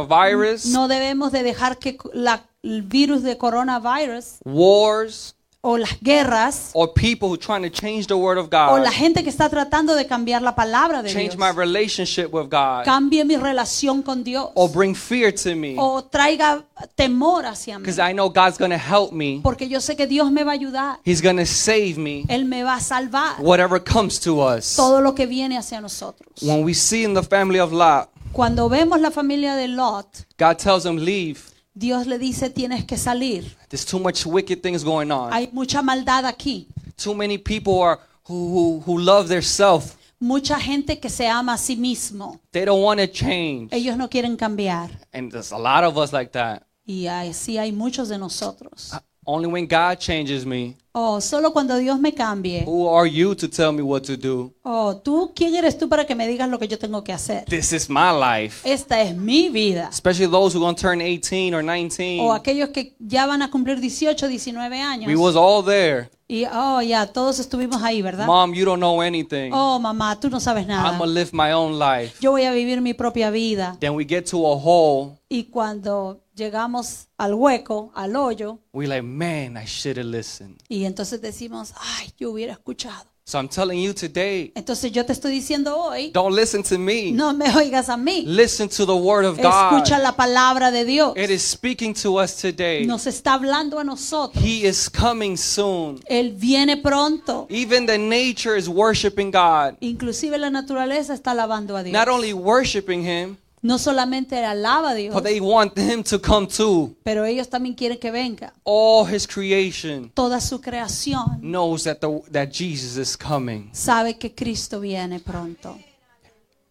Speaker 1: coronavirus,
Speaker 2: No debemos de dejar que la- el virus de coronavirus
Speaker 1: wars,
Speaker 2: o las guerras
Speaker 1: or people who trying to change the word of
Speaker 2: o
Speaker 1: God
Speaker 2: la gente que está tratando de cambiar la palabra de
Speaker 1: Ah. change
Speaker 2: Dios
Speaker 1: my relationship with God
Speaker 2: cambie mi relación con Dios
Speaker 1: or bring fear to me
Speaker 2: o traiga temor hacia mí.
Speaker 1: because I know God's going to help me.
Speaker 2: Porque yo sé que Dios me va a ayudar.
Speaker 1: He's going to save me
Speaker 2: Él me va a salvar
Speaker 1: whatever comes to us.
Speaker 2: todo lo que viene hacia nosotros.
Speaker 1: When we see in the family of Lot,
Speaker 2: Cuando vemos la familia de Lot,
Speaker 1: God tells him, Leave.
Speaker 2: Dios le dice tienes que salir.
Speaker 1: There's too much wicked things going on.
Speaker 2: Hay mucha maldad aquí.
Speaker 1: Too many people are who, who, who love their self.
Speaker 2: Mucha gente que se ama a sí mismo.
Speaker 1: They don't want to change.
Speaker 2: Ellos no quieren cambiar.
Speaker 1: And there's a lot of us like that.
Speaker 2: Y así hay muchos de
Speaker 1: Ah.
Speaker 2: nosotros.
Speaker 1: Only when God changes me,
Speaker 2: Oh, solo cuando Dios me cambie.
Speaker 1: who are you to tell me what to do?
Speaker 2: Oh, tú, ¿quién eres tú para que me digas lo que yo tengo que hacer?
Speaker 1: This is my life.
Speaker 2: Esta es mi vida.
Speaker 1: Especially those who going to turn 18 or
Speaker 2: O
Speaker 1: 19.
Speaker 2: aquellos que ya van a cumplir 18, 19
Speaker 1: We
Speaker 2: años.
Speaker 1: was all there.
Speaker 2: Y, oh, ya, todos estuvimos ahí, ¿verdad?
Speaker 1: Mom, you don't know anything.
Speaker 2: Oh, mamá, tú no sabes
Speaker 1: I'm going
Speaker 2: nada.
Speaker 1: to live my own life.
Speaker 2: Yo voy a vivir mi propia vida.
Speaker 1: Then we get to a hole.
Speaker 2: Y cuando llegamos al hueco, al hoyo,
Speaker 1: We like, man, I should have listened.
Speaker 2: y entonces decimos, ay, yo hubiera escuchado.
Speaker 1: So I'm telling you today,
Speaker 2: Entonces yo te estoy diciendo hoy,
Speaker 1: don't listen to me.
Speaker 2: no me oigas a mí.
Speaker 1: Listen to the word of God.
Speaker 2: Escucha la palabra de Dios.
Speaker 1: It is speaking to us today.
Speaker 2: Nos está hablando a nosotros.
Speaker 1: He is coming soon.
Speaker 2: Él viene pronto.
Speaker 1: Even the nature is worshiping God.
Speaker 2: Inclusive la naturaleza está alabando a Dios.
Speaker 1: Not only worshiping him,
Speaker 2: No solamente alaba a Dios,
Speaker 1: but they want him to come too.
Speaker 2: pero ellos también quieren que venga.
Speaker 1: All his creation
Speaker 2: Toda su creación
Speaker 1: knows that the, that Jesus is coming.
Speaker 2: sabe que Cristo viene pronto.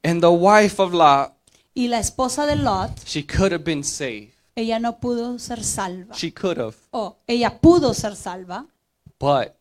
Speaker 1: And the wife of Lot,
Speaker 2: Y la esposa de Lot,
Speaker 1: she could have been saved.
Speaker 2: ella no pudo ser salva.
Speaker 1: She could have.
Speaker 2: Oh, ella pudo ser salva,
Speaker 1: But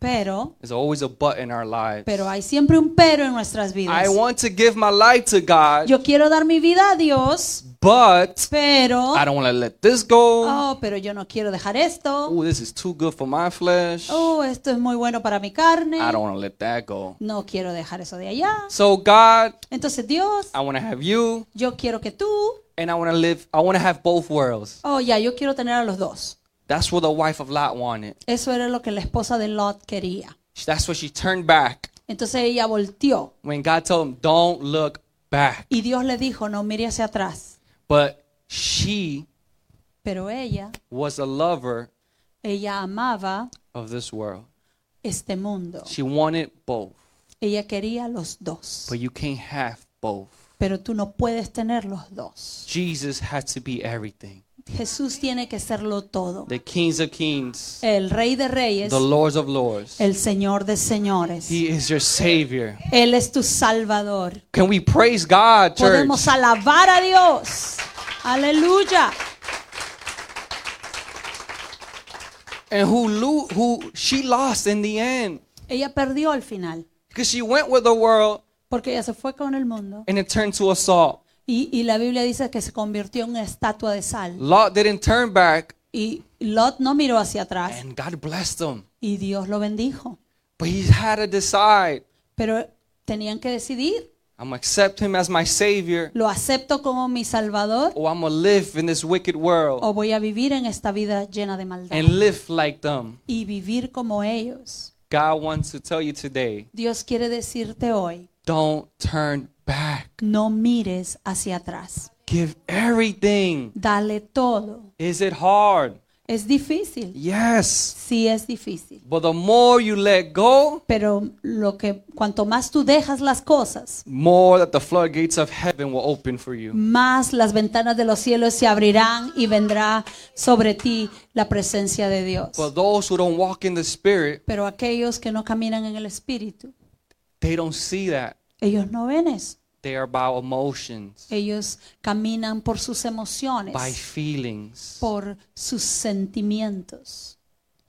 Speaker 2: pero
Speaker 1: there's always a but in our lives.
Speaker 2: pero hay siempre un pero en nuestras vidas.
Speaker 1: I want to give my life to God,
Speaker 2: Yo quiero dar mi vida a Dios,
Speaker 1: but
Speaker 2: pero
Speaker 1: I don't want to let this go.
Speaker 2: oh, pero yo no quiero dejar esto.
Speaker 1: Oh, this is too good for my flesh. I
Speaker 2: Oh, esto es muy bueno para mi carne.
Speaker 1: don't want to let that go.
Speaker 2: No quiero dejar eso de allá.
Speaker 1: So God,
Speaker 2: Entonces, Dios,
Speaker 1: I want to have you
Speaker 2: yo quiero que tú,
Speaker 1: and I want to live I want to have both worlds.
Speaker 2: oh, ya, yo quiero tener a los dos.
Speaker 1: That's what the wife of Lot wanted.
Speaker 2: Eso era lo que la esposa de Lot quería.
Speaker 1: That's why she turned back
Speaker 2: Entonces ella volteó
Speaker 1: when God told him, "Don't look back."
Speaker 2: y Dios le dijo, no mire hacia atrás.
Speaker 1: But she
Speaker 2: Pero ella,
Speaker 1: was a lover
Speaker 2: ella amaba
Speaker 1: of this world.
Speaker 2: este mundo.
Speaker 1: She wanted both,
Speaker 2: Ella quería los dos.
Speaker 1: but you can't have both.
Speaker 2: Pero tú no puedes tener los dos.
Speaker 1: Jesus had to be everything.
Speaker 2: Jesús tiene que serlo todo.
Speaker 1: The kings of kings,
Speaker 2: El rey de reyes,
Speaker 1: the lords of lords.
Speaker 2: el señor de señores.
Speaker 1: He is your savior.
Speaker 2: Él es tu salvador.
Speaker 1: Can we praise God, church?
Speaker 2: Podemos alabar a Dios. Aleluya.
Speaker 1: And who lo- who she lost in the end
Speaker 2: Ella perdió al final,
Speaker 1: because she went with the world
Speaker 2: porque ella se fue con el mundo.
Speaker 1: and it turned to assault.
Speaker 2: Y, y la Biblia dice que se convirtió en una estatua de sal.
Speaker 1: Lot didn't turn back,
Speaker 2: Y Lot no miró hacia atrás
Speaker 1: and God blessed him.
Speaker 2: y Dios lo bendijo.
Speaker 1: But he had to decide:
Speaker 2: Pero tenían que decidir,
Speaker 1: I'm gonna accept him as my savior,
Speaker 2: ¿lo acepto como mi salvador
Speaker 1: or I'm gonna live in this wicked world
Speaker 2: o voy a vivir en esta vida llena de maldad?
Speaker 1: and live like them.
Speaker 2: Y vivir como ellos.
Speaker 1: God wants to tell you today:
Speaker 2: Dios quiere decirte hoy,
Speaker 1: Don't turn back.
Speaker 2: no mires hacia atrás.
Speaker 1: Give everything.
Speaker 2: Dale todo.
Speaker 1: Is it hard?
Speaker 2: Es difícil,
Speaker 1: Yes.
Speaker 2: sí es difícil.
Speaker 1: But the more you let go,
Speaker 2: Pero lo que cuanto más tú dejas las cosas,
Speaker 1: more that the floodgates of heaven will open for you.
Speaker 2: más las ventanas de los cielos se abrirán y vendrá sobre ti la presencia de Dios.
Speaker 1: But those who don't walk in the spirit,
Speaker 2: Pero aquellos que no caminan en el espíritu,
Speaker 1: they don't see that.
Speaker 2: ellos no ven eso.
Speaker 1: They are by emotions,
Speaker 2: Ellos caminan por sus emociones,
Speaker 1: by feelings.
Speaker 2: por sus sentimientos.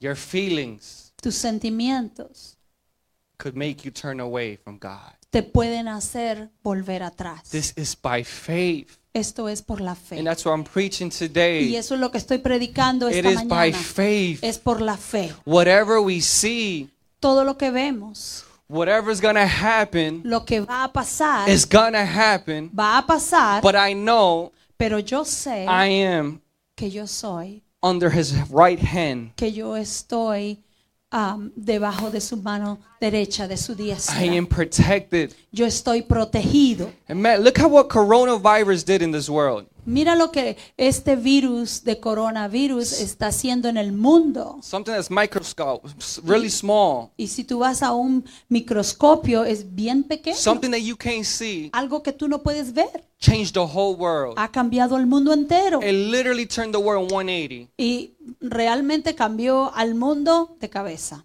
Speaker 1: Your feelings
Speaker 2: Tus sentimientos
Speaker 1: could make you turn away from God.
Speaker 2: te pueden hacer volver atrás.
Speaker 1: This is by faith.
Speaker 2: Esto es por la fe.
Speaker 1: And that's what I'm preaching
Speaker 2: Y
Speaker 1: today.
Speaker 2: eso es lo que estoy predicando
Speaker 1: It
Speaker 2: esta
Speaker 1: is by
Speaker 2: mañana.
Speaker 1: faith.
Speaker 2: Es por la fe.
Speaker 1: Whatever we see,
Speaker 2: Todo lo que vemos,
Speaker 1: whatever's going to happen,
Speaker 2: lo que va a pasar,
Speaker 1: is going to happen.
Speaker 2: va a pasar,
Speaker 1: But I know
Speaker 2: pero yo sé
Speaker 1: I am
Speaker 2: que yo soy,
Speaker 1: under his right hand.
Speaker 2: que yo estoy am, debajo de su mano derecha, de su diestra.
Speaker 1: I am protected.
Speaker 2: Yo estoy protegido.
Speaker 1: And man, look at what coronavirus did in this world.
Speaker 2: Mira lo que este virus de coronavirus está haciendo en el mundo.
Speaker 1: Something that's microscope, s- really small,
Speaker 2: Y si tú vas a un microscopio, es bien pequeño.
Speaker 1: something that you can't see,
Speaker 2: Algo que tú no puedes ver.
Speaker 1: changed the whole world.
Speaker 2: Ha cambiado el mundo entero.
Speaker 1: It literally turned the world 180.
Speaker 2: Y realmente cambió al mundo de cabeza.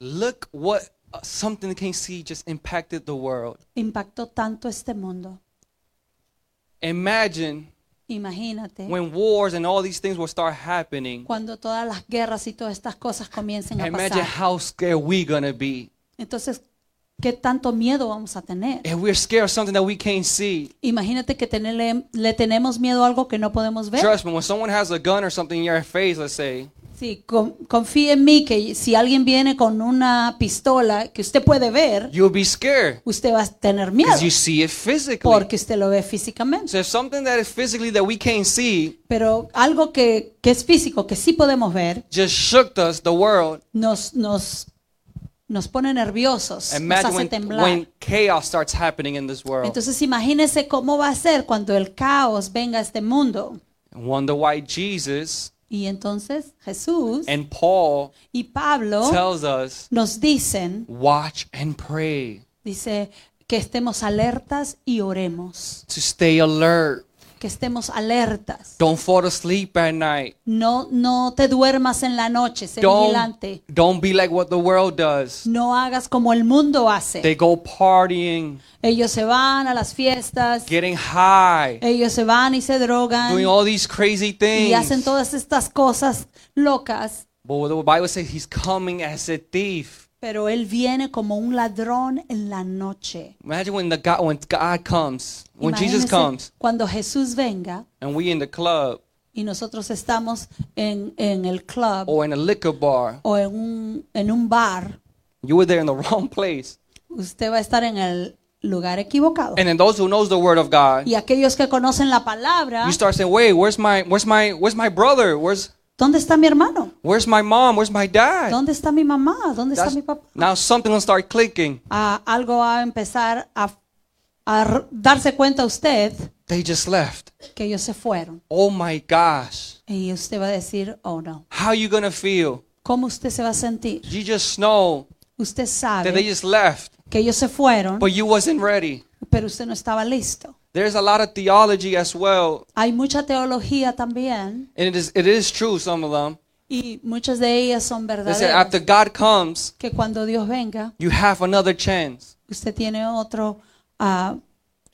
Speaker 1: Look what uh, something that can't see just impacted the world.
Speaker 2: Impactó tanto este mundo.
Speaker 1: Imagine
Speaker 2: Imagínate
Speaker 1: when wars and all these things will start happening.
Speaker 2: cuando todas las guerras y todas estas cosas comiencen a
Speaker 1: Imagine
Speaker 2: pasar.
Speaker 1: how scared we gonna be.
Speaker 2: Entonces, ¿qué tanto miedo vamos a tener?
Speaker 1: If we're scared of something that we can't see,
Speaker 2: Imagínate que tenerle- le tenemos miedo a algo que no podemos ver.
Speaker 1: trust me, when someone has a gun or something in your face, let's say,
Speaker 2: Sí, con- confíe en mí que si alguien viene con una pistola que usted puede ver,
Speaker 1: you'll be scared
Speaker 2: usted va a tener miedo
Speaker 1: because you see it physically.
Speaker 2: porque usted lo ve físicamente.
Speaker 1: So if something that is physically that we can't see
Speaker 2: Pero algo que, que es físico, que sí podemos ver,
Speaker 1: just shook us, the world,
Speaker 2: nos, nos, nos pone nerviosos, nos
Speaker 1: imagine
Speaker 2: hace
Speaker 1: when,
Speaker 2: temblar.
Speaker 1: when chaos starts happening in this world.
Speaker 2: Entonces imagínese cómo va a ser cuando el caos venga a este mundo.
Speaker 1: Wonder why Jesus
Speaker 2: Y entonces Jesús
Speaker 1: and Paul
Speaker 2: y Pablo
Speaker 1: tells us,
Speaker 2: nos dicen,
Speaker 1: watch and pray,
Speaker 2: dice, que estemos alertas y oremos,
Speaker 1: to stay alert.
Speaker 2: que estemos alertas.
Speaker 1: Don't fall asleep at night.
Speaker 2: No, no te duermas en la noche, sé
Speaker 1: Don't,
Speaker 2: vigilante.
Speaker 1: don't be like what the world does.
Speaker 2: No hagas como el mundo hace.
Speaker 1: They go partying,
Speaker 2: Ellos se van a las fiestas,
Speaker 1: getting high,
Speaker 2: ellos se van y se drogan
Speaker 1: doing all these crazy
Speaker 2: y
Speaker 1: things.
Speaker 2: hacen todas estas cosas locas.
Speaker 1: But what the Bible says he's coming as a thief.
Speaker 2: Pero él viene como un ladrón en la noche.
Speaker 1: Imagine when the God when God comes, when Jesus
Speaker 2: Imagínense
Speaker 1: comes,
Speaker 2: cuando Jesús venga
Speaker 1: and we in the club
Speaker 2: y nosotros estamos en, en el club
Speaker 1: or in a liquor bar,
Speaker 2: o en un, en un bar,
Speaker 1: you were there in the wrong place.
Speaker 2: usted va a estar en el lugar equivocado.
Speaker 1: And then those who knows the word of God,
Speaker 2: Y aquellos que conocen la palabra,
Speaker 1: you start saying, "Wait, where's my where's my where's my brother? Where's
Speaker 2: ¿dónde está mi hermano?
Speaker 1: where's my mom? Where's my dad?"
Speaker 2: ¿Dónde está mi mamá? ¿Dónde está
Speaker 1: That's-
Speaker 2: mi papá?
Speaker 1: now something will start clicking.
Speaker 2: Ah, algo va a empezar a, a r- darse cuenta usted
Speaker 1: They just left.
Speaker 2: que ellos se fueron.
Speaker 1: Oh my gosh.
Speaker 2: Y usted va a decir, oh no.
Speaker 1: How you going to feel?
Speaker 2: ¿Cómo usted se va a sentir?
Speaker 1: You just know
Speaker 2: Usted
Speaker 1: that they
Speaker 2: sabe
Speaker 1: just left,
Speaker 2: que ellos se fueron,
Speaker 1: but you wasn't ready.
Speaker 2: pero usted no estaba listo.
Speaker 1: There's a lot of theology as well
Speaker 2: Hay mucha teología también
Speaker 1: And it is, it is true, some of them.
Speaker 2: y muchas de ellas son
Speaker 1: They said
Speaker 2: verdaderas.
Speaker 1: after God comes,
Speaker 2: Que cuando Dios venga,
Speaker 1: you have another chance.
Speaker 2: usted tiene otra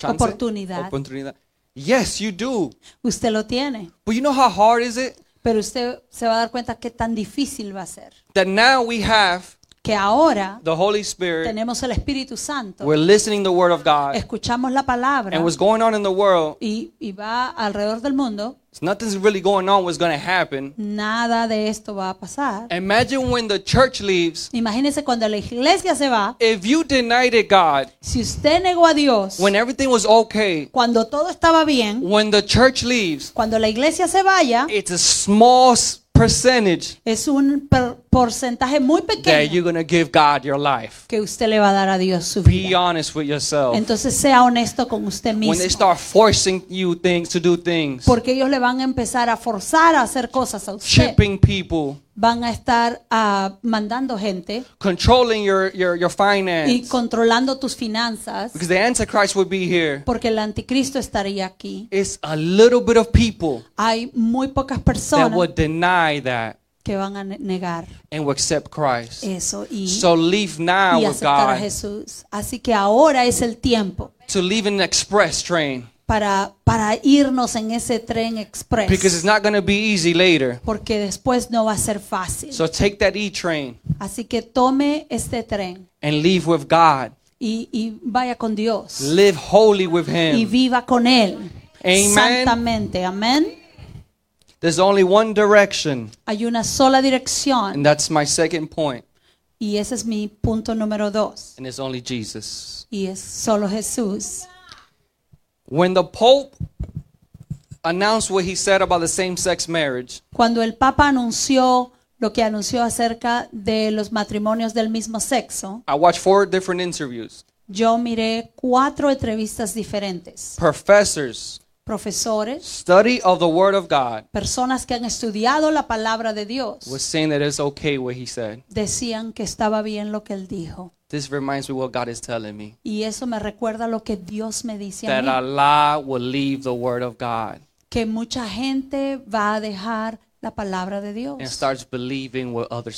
Speaker 2: oportunidad.
Speaker 1: Oportunidad. Yes, you do.
Speaker 2: Usted lo tiene,
Speaker 1: But you know how hard is it?
Speaker 2: pero usted se va a dar cuenta qué tan difícil va a ser.
Speaker 1: That now we have
Speaker 2: Que ahora
Speaker 1: the Holy Spirit.
Speaker 2: tenemos el Espíritu Santo,
Speaker 1: We're listening the Word of God.
Speaker 2: escuchamos la palabra
Speaker 1: And what's going on in the world,
Speaker 2: y, y va alrededor del mundo,
Speaker 1: nothing's really going on what's going to happen.
Speaker 2: nada de esto va a pasar.
Speaker 1: Imagine when the church leaves.
Speaker 2: Imagínense cuando la iglesia se va,
Speaker 1: If you denied it, God,
Speaker 2: si usted negó a Dios
Speaker 1: when Mm. everything was okay,
Speaker 2: cuando todo estaba bien,
Speaker 1: when the church leaves,
Speaker 2: cuando la iglesia se vaya,
Speaker 1: it's a small s- percentage
Speaker 2: es un per- porcentaje muy
Speaker 1: that
Speaker 2: pequeño
Speaker 1: you're going to give God your life.
Speaker 2: que usted le va a dar a Dios su
Speaker 1: Be
Speaker 2: vida.
Speaker 1: honest with yourself.
Speaker 2: Entonces sea honesto con usted
Speaker 1: When they
Speaker 2: mismo,
Speaker 1: start forcing you things to do things,
Speaker 2: porque ellos le van a empezar a forzar a hacer cosas a usted.
Speaker 1: chipping people,
Speaker 2: Van a estar ah, mandando gente
Speaker 1: controlling your, your, your
Speaker 2: y
Speaker 1: finance.
Speaker 2: controlando tus finanzas
Speaker 1: Because the Antichrist would be here.
Speaker 2: porque el anticristo estaría aquí.
Speaker 1: It's a little bit of people
Speaker 2: Hay muy pocas
Speaker 1: that
Speaker 2: personas
Speaker 1: would deny that
Speaker 2: que van a ne- negar
Speaker 1: and will accept Christ.
Speaker 2: eso Eh, y,
Speaker 1: So leave now
Speaker 2: y
Speaker 1: with
Speaker 2: aceptar a
Speaker 1: God
Speaker 2: Jesús. Así que ahora es el tiempo
Speaker 1: to leave in the express train
Speaker 2: para, para irnos en ese tren
Speaker 1: because
Speaker 2: express
Speaker 1: it's not going to be easy later.
Speaker 2: porque después no va a ser fácil.
Speaker 1: So take that E train
Speaker 2: Así que tome este tren
Speaker 1: and leave with God.
Speaker 2: y, y vaya con Dios
Speaker 1: Live holy with
Speaker 2: y
Speaker 1: Him.
Speaker 2: viva con Él
Speaker 1: Amen.
Speaker 2: santamente. Amén.
Speaker 1: There's only one direction,
Speaker 2: Hay una sola dirección
Speaker 1: and that's my second point,
Speaker 2: y ese es mi punto número dos
Speaker 1: and it's only Jesus.
Speaker 2: y es solo Jesús.
Speaker 1: When the Pope announced what he said about the same sex marriage,
Speaker 2: Cuando el Papa anunció lo que anunció acerca de los matrimonios del mismo sexo,
Speaker 1: I watched four different interviews.
Speaker 2: yo miré cuatro entrevistas diferentes.
Speaker 1: Professors,
Speaker 2: Profesores,
Speaker 1: study of the Word of God
Speaker 2: personas que han estudiado la palabra de
Speaker 1: was
Speaker 2: Dios
Speaker 1: saying that it's okay what he said.
Speaker 2: decían que estaba bien lo que él dijo.
Speaker 1: This reminds me what God is telling me
Speaker 2: Y eso me recuerda lo que Dios me dice a
Speaker 1: that
Speaker 2: mí,
Speaker 1: Allah will leave the Word of God
Speaker 2: que mucha gente va a dejar la palabra de
Speaker 1: and
Speaker 2: Dios
Speaker 1: starts believing what others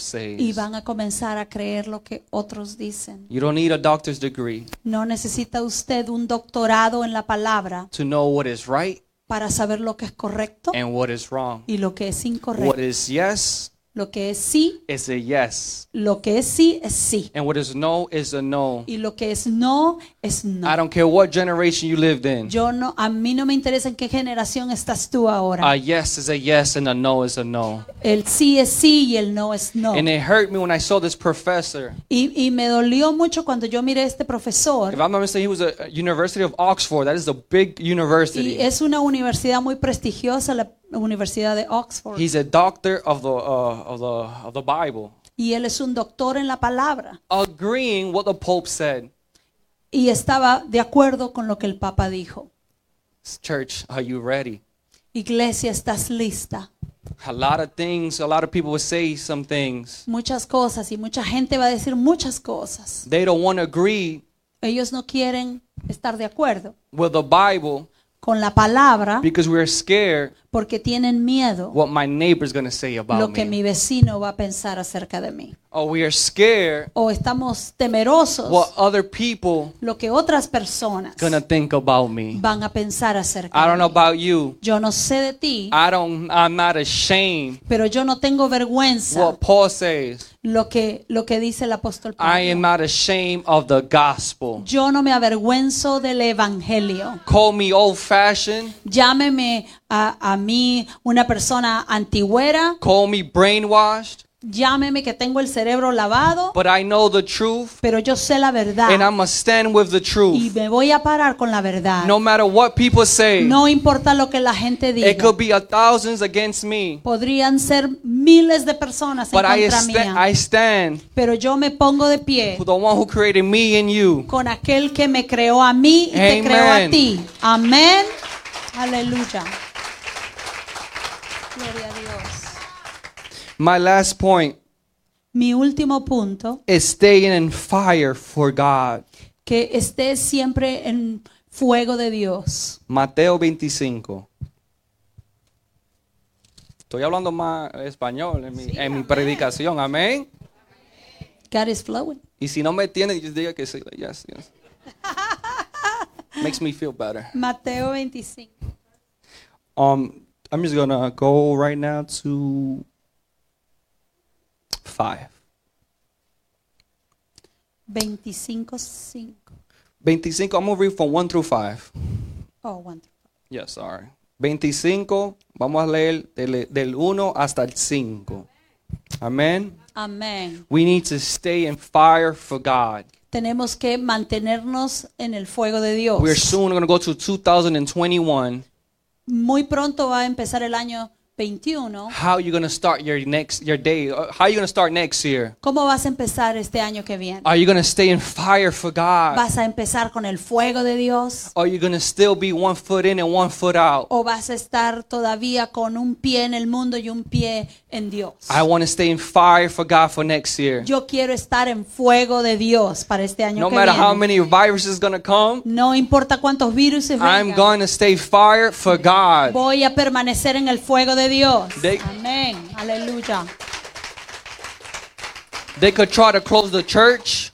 Speaker 1: say.
Speaker 2: y van a comenzar a creer lo que otros dicen.
Speaker 1: You don't need a doctor's degree
Speaker 2: No necesita usted un doctorado en la palabra
Speaker 1: to know what is right
Speaker 2: para saber lo que es correcto
Speaker 1: and what is wrong.
Speaker 2: y lo que es
Speaker 1: What
Speaker 2: incorrecto.
Speaker 1: is yes
Speaker 2: Lo que es sí,
Speaker 1: is a yes,
Speaker 2: lo que es sí es sí.
Speaker 1: and what is no is a no.
Speaker 2: Y lo que es no es no.
Speaker 1: I don't care what generation you lived in.
Speaker 2: Yo no, a mí no me interesa en qué generación estás tú ahora.
Speaker 1: A yes is a yes, and a no is a no.
Speaker 2: El sí es sí y el no es no.
Speaker 1: And it hurt me when I saw this professor.
Speaker 2: Y, y me dolió mucho cuando yo miré a este
Speaker 1: If
Speaker 2: profesor.
Speaker 1: I'm not mistaken, he was a a University of Oxford. That is a big
Speaker 2: Y
Speaker 1: university.
Speaker 2: es una universidad muy prestigiosa, la Universidad de Oxford.
Speaker 1: He's a doctor of the uh, of the of the Bible,
Speaker 2: Y él es un doctor en la palabra.
Speaker 1: agreeing what the Pope said.
Speaker 2: Y estaba de acuerdo con lo que el Papa dijo.
Speaker 1: Church, are you ready?
Speaker 2: Iglesia, estás lista.
Speaker 1: A lot of things. A lot of people will say some things.
Speaker 2: Muchas cosas y mucha gente va a decir muchas cosas.
Speaker 1: They don't want to agree
Speaker 2: Ellos no quieren estar de acuerdo
Speaker 1: with the Bible
Speaker 2: con la palabra
Speaker 1: because we're scared
Speaker 2: porque tienen miedo.
Speaker 1: what my neighbor's gonna say
Speaker 2: lo
Speaker 1: about
Speaker 2: que
Speaker 1: me.
Speaker 2: mi vecino va a pensar acerca de mí.
Speaker 1: Or Oh, we are scared
Speaker 2: O estamos temerosos
Speaker 1: what other people
Speaker 2: lo que otras personas
Speaker 1: gonna think about me.
Speaker 2: van a pensar acerca
Speaker 1: I
Speaker 2: de
Speaker 1: don't
Speaker 2: mí.
Speaker 1: know about you.
Speaker 2: Yo no sé de ti,
Speaker 1: I don't. I'm not ashamed
Speaker 2: pero yo no tengo vergüenza
Speaker 1: what Paul says.
Speaker 2: lo que, lo que dice el apóstol
Speaker 1: I am
Speaker 2: Pablo.
Speaker 1: not ashamed of the gospel.
Speaker 2: Yo no me avergüenzo del evangelio.
Speaker 1: Call me old fashioned.
Speaker 2: Llámeme a, a mí una persona antigüera,
Speaker 1: Call me brainwashed.
Speaker 2: llámeme que tengo el cerebro lavado,
Speaker 1: But I know the truth,
Speaker 2: pero yo sé la
Speaker 1: and
Speaker 2: verdad
Speaker 1: I'm gonna stand with the
Speaker 2: y
Speaker 1: truth.
Speaker 2: me voy a parar con la verdad.
Speaker 1: No matter what people say,
Speaker 2: No importa lo que la gente
Speaker 1: it
Speaker 2: diga.
Speaker 1: could be a thousands against me.
Speaker 2: Podrían ser miles de personas en
Speaker 1: But I,
Speaker 2: contra
Speaker 1: sta-
Speaker 2: mía,
Speaker 1: I stand
Speaker 2: pero yo me pongo de pie
Speaker 1: with the one who created me and you.
Speaker 2: con aquel que me creó a mí y te creó a
Speaker 1: Amen.
Speaker 2: ti. Amén. Aleluya. Gloria a Dios.
Speaker 1: My last point
Speaker 2: Mi último punto,
Speaker 1: is staying in fire for God.
Speaker 2: que estés siempre en fuego de Dios.
Speaker 1: Mateo 25. Estoy hablando más español en mi, en mi predicación, amén.
Speaker 2: God is flowing.
Speaker 1: Y si no me entienden, yo diga que sí. like, yes, yes. Makes me feel better.
Speaker 2: Mateo 25.
Speaker 1: Um, I'm just gonna go right now to five.
Speaker 2: 25, 5.
Speaker 1: 25, I'm gonna read from 1 through 5.
Speaker 2: Oh, wonderful.
Speaker 1: Yes, sorry. 25, vamos a leer del, del 1 hasta el 5. Amén.
Speaker 2: Amén.
Speaker 1: We need to stay in fire for God.
Speaker 2: Tenemos que mantenernos en el fuego de Dios.
Speaker 1: We're soon gonna go to 2021,
Speaker 2: Muy pronto va a empezar el año 21,
Speaker 1: How are you going to start your next your day? Uh, How are you going to start next year?
Speaker 2: ¿cómo vas a empezar este año que viene?
Speaker 1: Are you going to stay in fire for God?
Speaker 2: ¿Vas a empezar con el fuego de Dios?
Speaker 1: Are you going to still be one foot in and one foot out?
Speaker 2: ¿O vas a estar todavía con un pie en el mundo y un pie en Dios?
Speaker 1: I want to stay in fire for God for next year.
Speaker 2: Yo quiero estar en fuego de Dios para este año
Speaker 1: No
Speaker 2: que
Speaker 1: matter
Speaker 2: viene.
Speaker 1: how many viruses is going to come,
Speaker 2: no importa cuántos virus
Speaker 1: I'm
Speaker 2: vengan,
Speaker 1: going to stay fire for God.
Speaker 2: voy a permanecer en el fuego de Dios.
Speaker 1: They-
Speaker 2: Amén. Aleluya.
Speaker 1: They could try to close the church,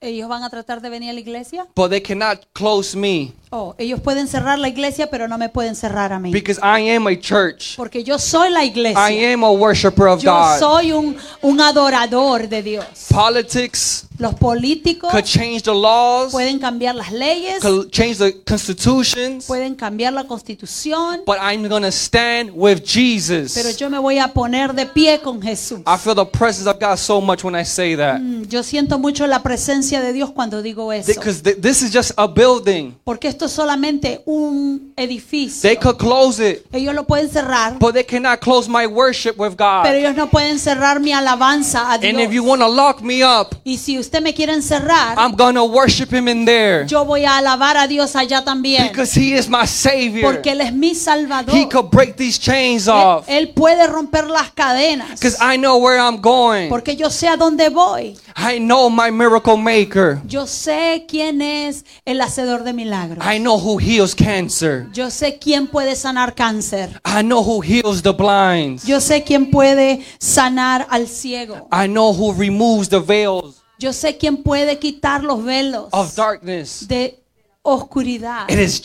Speaker 2: Ellos van a tratar de venir a la iglesia.
Speaker 1: but they cannot close me
Speaker 2: Oh, ellos pueden cerrar la iglesia, pero no me pueden cerrar a mí.
Speaker 1: because I am a church.
Speaker 2: Porque yo soy la
Speaker 1: I
Speaker 2: iglesia.
Speaker 1: am a worshiper of
Speaker 2: Yo
Speaker 1: God.
Speaker 2: soy un, un adorador de Dios.
Speaker 1: Politics
Speaker 2: Los políticos
Speaker 1: could change the laws,
Speaker 2: pueden cambiar las leyes,
Speaker 1: could change the constitutions,
Speaker 2: pueden cambiar la constitución,
Speaker 1: but I'm going to stand with
Speaker 2: pero
Speaker 1: Jesus.
Speaker 2: yo me voy a poner de pie con Jesús.
Speaker 1: I feel the presence of God so much when I say that
Speaker 2: Mm, Yo siento mucho la presencia de Dios cuando digo eso.
Speaker 1: because th- this is just a building.
Speaker 2: Porque esto es solamente un edificio.
Speaker 1: They could close it,
Speaker 2: Ellos lo pueden cerrar,
Speaker 1: but they cannot close my worship with
Speaker 2: pero
Speaker 1: God.
Speaker 2: ellos no pueden cerrar mi alabanza a
Speaker 1: And if you
Speaker 2: Dios.
Speaker 1: want to lock me up,
Speaker 2: Y si usted me quiere encerrar,
Speaker 1: I'm gonna worship him in there
Speaker 2: yo voy a alabar a Dios allá también.
Speaker 1: because he is my savior.
Speaker 2: Porque Él es mi
Speaker 1: He
Speaker 2: Salvador.
Speaker 1: could break these chains
Speaker 2: Él,
Speaker 1: off
Speaker 2: él puede romper las cadenas.
Speaker 1: because I know where I'm going.
Speaker 2: Porque yo sé a dónde voy.
Speaker 1: I know my miracle maker.
Speaker 2: Yo sé quién es el hacedor de milagros.
Speaker 1: I know who heals cancer.
Speaker 2: Yo sé quién puede sanar cáncer.
Speaker 1: I know who heals the blind.
Speaker 2: Yo sé quién puede sanar al ciego.
Speaker 1: I know who removes the veils
Speaker 2: Yo sé quién puede quitar los velos
Speaker 1: of darkness.
Speaker 2: de oscuridad.
Speaker 1: It is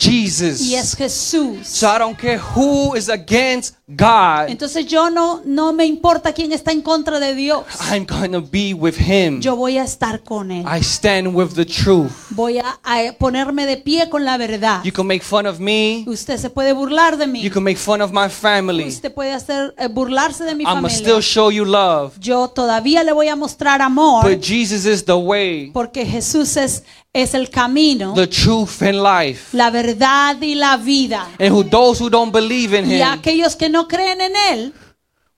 Speaker 2: Y es
Speaker 1: Jesus.
Speaker 2: Jesús.
Speaker 1: So I don't care who is against God.
Speaker 2: Entonces yo no, no me importa quién está en contra de Dios.
Speaker 1: I'm gonna be with him.
Speaker 2: Yo voy a estar con Él.
Speaker 1: I stand with the truth.
Speaker 2: Voy a, a ponerme de pie con la verdad.
Speaker 1: You can make fun of me.
Speaker 2: Usted se puede burlar de
Speaker 1: You
Speaker 2: mí.
Speaker 1: can make fun of my family.
Speaker 2: Usted puede hacer eh, burlarse de mi
Speaker 1: I'ma still
Speaker 2: familia.
Speaker 1: show you love.
Speaker 2: Yo todavía le voy a mostrar amor
Speaker 1: But Jesus is the way,
Speaker 2: porque Jesús es, es el camino,
Speaker 1: the truth, and life.
Speaker 2: la verdad y la vida.
Speaker 1: And who those who don't believe in
Speaker 2: Y
Speaker 1: him
Speaker 2: aquellos que no creen en Él,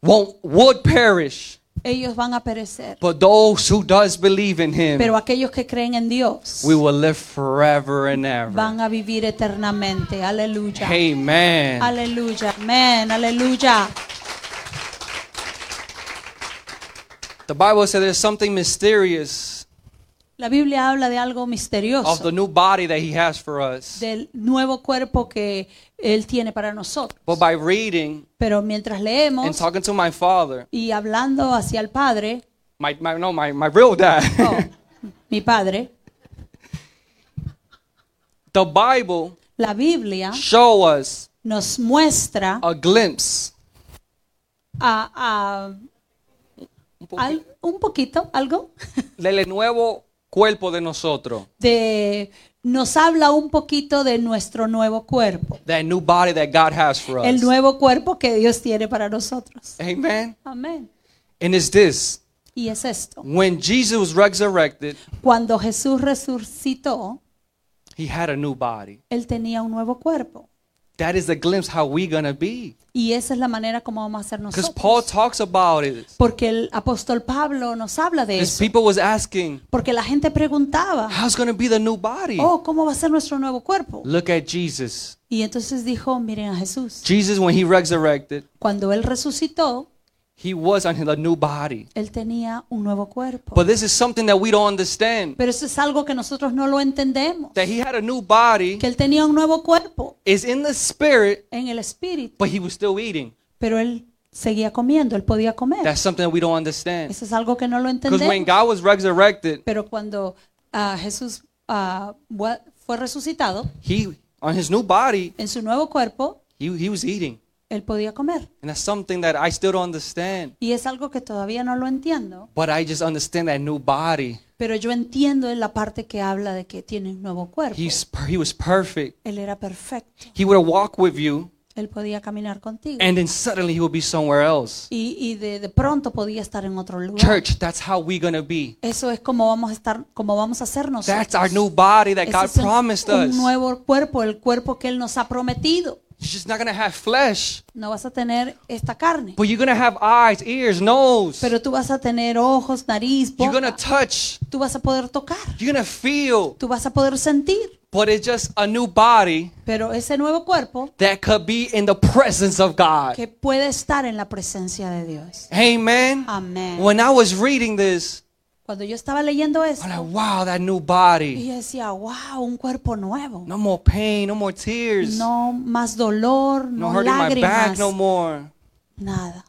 Speaker 1: won't would perish.
Speaker 2: ellos van a perecer.
Speaker 1: But those who does believe in him,
Speaker 2: Pero aquellos que creen en Dios
Speaker 1: we will live forever and ever.
Speaker 2: van a vivir eternamente. Aleluya.
Speaker 1: Amen.
Speaker 2: Aleluya. Amén. Aleluya.
Speaker 1: The Bible says there's something mysterious
Speaker 2: La Biblia habla de algo
Speaker 1: of
Speaker 2: misterioso,
Speaker 1: the new body that he has for us.
Speaker 2: del nuevo cuerpo que Él tiene para nosotros.
Speaker 1: But by reading
Speaker 2: Pero mientras
Speaker 1: and
Speaker 2: leemos
Speaker 1: talking to my father,
Speaker 2: y hablando hacia el Padre,
Speaker 1: my, my no, my, my real
Speaker 2: oh,
Speaker 1: dad,
Speaker 2: mi Padre,
Speaker 1: the Bible
Speaker 2: la Biblia
Speaker 1: show us
Speaker 2: nos muestra
Speaker 1: a glimpse
Speaker 2: a, a- al- un poquito, algo,
Speaker 1: del nuevo cuerpo de nosotros.
Speaker 2: de, nos habla un poquito de nuestro nuevo cuerpo,
Speaker 1: That new body that God has for
Speaker 2: el
Speaker 1: us.
Speaker 2: nuevo cuerpo que Dios tiene para nosotros.
Speaker 1: Amen.
Speaker 2: Amén.
Speaker 1: And it's this.
Speaker 2: Y es esto.
Speaker 1: When Jesus was resurrected,
Speaker 2: Cuando Jesús resucitó,
Speaker 1: he had a new body.
Speaker 2: Él tenía un nuevo cuerpo.
Speaker 1: That is a glimpse how we going to be.
Speaker 2: Y esa es la manera como vamos a ser
Speaker 1: Because Paul
Speaker 2: nosotros.
Speaker 1: talks about it.
Speaker 2: Porque el apóstol Pablo nos habla de
Speaker 1: Because
Speaker 2: eso.
Speaker 1: people was asking,
Speaker 2: Porque la gente preguntaba,
Speaker 1: how's going to be the new body?
Speaker 2: oh, ¿cómo va a ser nuestro nuevo cuerpo?
Speaker 1: Look at Jesus.
Speaker 2: Y entonces dijo, miren a Jesús.
Speaker 1: Jesus, when he resurrected,
Speaker 2: Cuando Él resucitó,
Speaker 1: he was on the new body.
Speaker 2: Él tenía un nuevo cuerpo.
Speaker 1: But this is something that we don't understand.
Speaker 2: Pero eso es algo que nosotros no lo entendemos.
Speaker 1: That he had a new body,
Speaker 2: Que Él tenía un nuevo cuerpo
Speaker 1: is in the spirit,
Speaker 2: en el espíritu,
Speaker 1: but he was still eating.
Speaker 2: pero Él seguía comiendo, Él podía comer.
Speaker 1: That's something that we don't understand.
Speaker 2: Eso es algo que no lo
Speaker 1: Because when
Speaker 2: entendemos.
Speaker 1: God was resurrected,
Speaker 2: Pero cuando ah, Jesús ah, wa- fue resucitado,
Speaker 1: he on his new body,
Speaker 2: en su nuevo cuerpo,
Speaker 1: he, he was eating.
Speaker 2: Él podía comer.
Speaker 1: And that's something that I still don't understand.
Speaker 2: Y es algo que todavía no lo entiendo,
Speaker 1: But I just understand that new body.
Speaker 2: pero yo entiendo en la parte que habla de que tiene un nuevo cuerpo.
Speaker 1: He's per- he was perfect.
Speaker 2: Él era perfecto.
Speaker 1: He would walk with you
Speaker 2: Él podía caminar contigo.
Speaker 1: and then suddenly he would be somewhere else.
Speaker 2: y y de, de pronto podía estar en otro lugar.
Speaker 1: Church, that's how we're going to be.
Speaker 2: Eso es como vamos a estar, como vamos a ser nosotros.
Speaker 1: That's our new body that
Speaker 2: Ese
Speaker 1: God
Speaker 2: es el-
Speaker 1: promised
Speaker 2: un
Speaker 1: us.
Speaker 2: nuevo cuerpo, el cuerpo que Él nos ha prometido.
Speaker 1: You're just not going to have flesh,
Speaker 2: No vas a tener esta carne,
Speaker 1: but you're going to have eyes, ears, nose.
Speaker 2: pero tú vas a tener ojos, nariz,
Speaker 1: You're going
Speaker 2: boca.
Speaker 1: to touch.
Speaker 2: Tú vas a poder tocar,
Speaker 1: You're going to feel.
Speaker 2: tú vas a poder sentir,
Speaker 1: But it's just a new body
Speaker 2: pero ese nuevo cuerpo
Speaker 1: that could be in the presence of God.
Speaker 2: que puede estar en la presencia de Dios.
Speaker 1: Amen.
Speaker 2: Amén.
Speaker 1: When I was reading this,
Speaker 2: Cuando yo estaba leyendo
Speaker 1: I'm like,
Speaker 2: esto,
Speaker 1: wow, that new
Speaker 2: y
Speaker 1: body.
Speaker 2: yo decía, wow, un cuerpo nuevo.
Speaker 1: No more pain, no more tears.
Speaker 2: No más dolor,
Speaker 1: no
Speaker 2: no
Speaker 1: hurting my back
Speaker 2: lágrimas,
Speaker 1: no more.
Speaker 2: nada.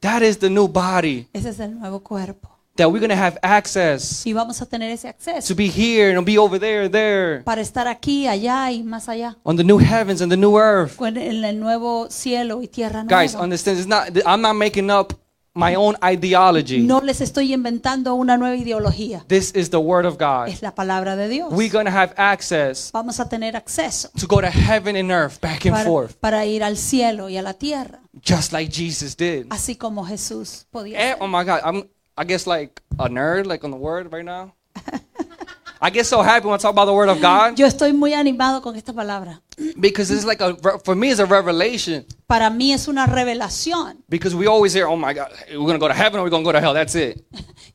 Speaker 1: That is the new body
Speaker 2: Ese es el nuevo cuerpo.
Speaker 1: that we're going to have access
Speaker 2: Y vamos a tener ese acceso
Speaker 1: to be here and be over there, there,
Speaker 2: para estar aquí, allá y más allá,
Speaker 1: on the new heavens and the new earth.
Speaker 2: con- en el nuevo cielo y tierra
Speaker 1: Guys,
Speaker 2: nueva.
Speaker 1: understand, it's not, I'm not making up my own ideology.
Speaker 2: No les estoy inventando una nueva ideología.
Speaker 1: This is the word of God.
Speaker 2: Es la palabra de Dios.
Speaker 1: We're going to have access
Speaker 2: Vamos a tener acceso
Speaker 1: to go to heaven and earth, back and
Speaker 2: para,
Speaker 1: forth,
Speaker 2: para ir al cielo y a la tierra,
Speaker 1: just like Jesus did.
Speaker 2: así como Jesús podía.
Speaker 1: Eh,
Speaker 2: hacer.
Speaker 1: oh my God, I'm, I guess like a nerd, like on the word right now. I get so happy when I talk about the word of God
Speaker 2: Yo estoy muy animado con esta palabra.
Speaker 1: because it's like a, re- for me, it's a revelation.
Speaker 2: Para mí es una revelación.
Speaker 1: Because we always hear, oh my God, we're going to go to heaven or we're going to go to hell. That's it.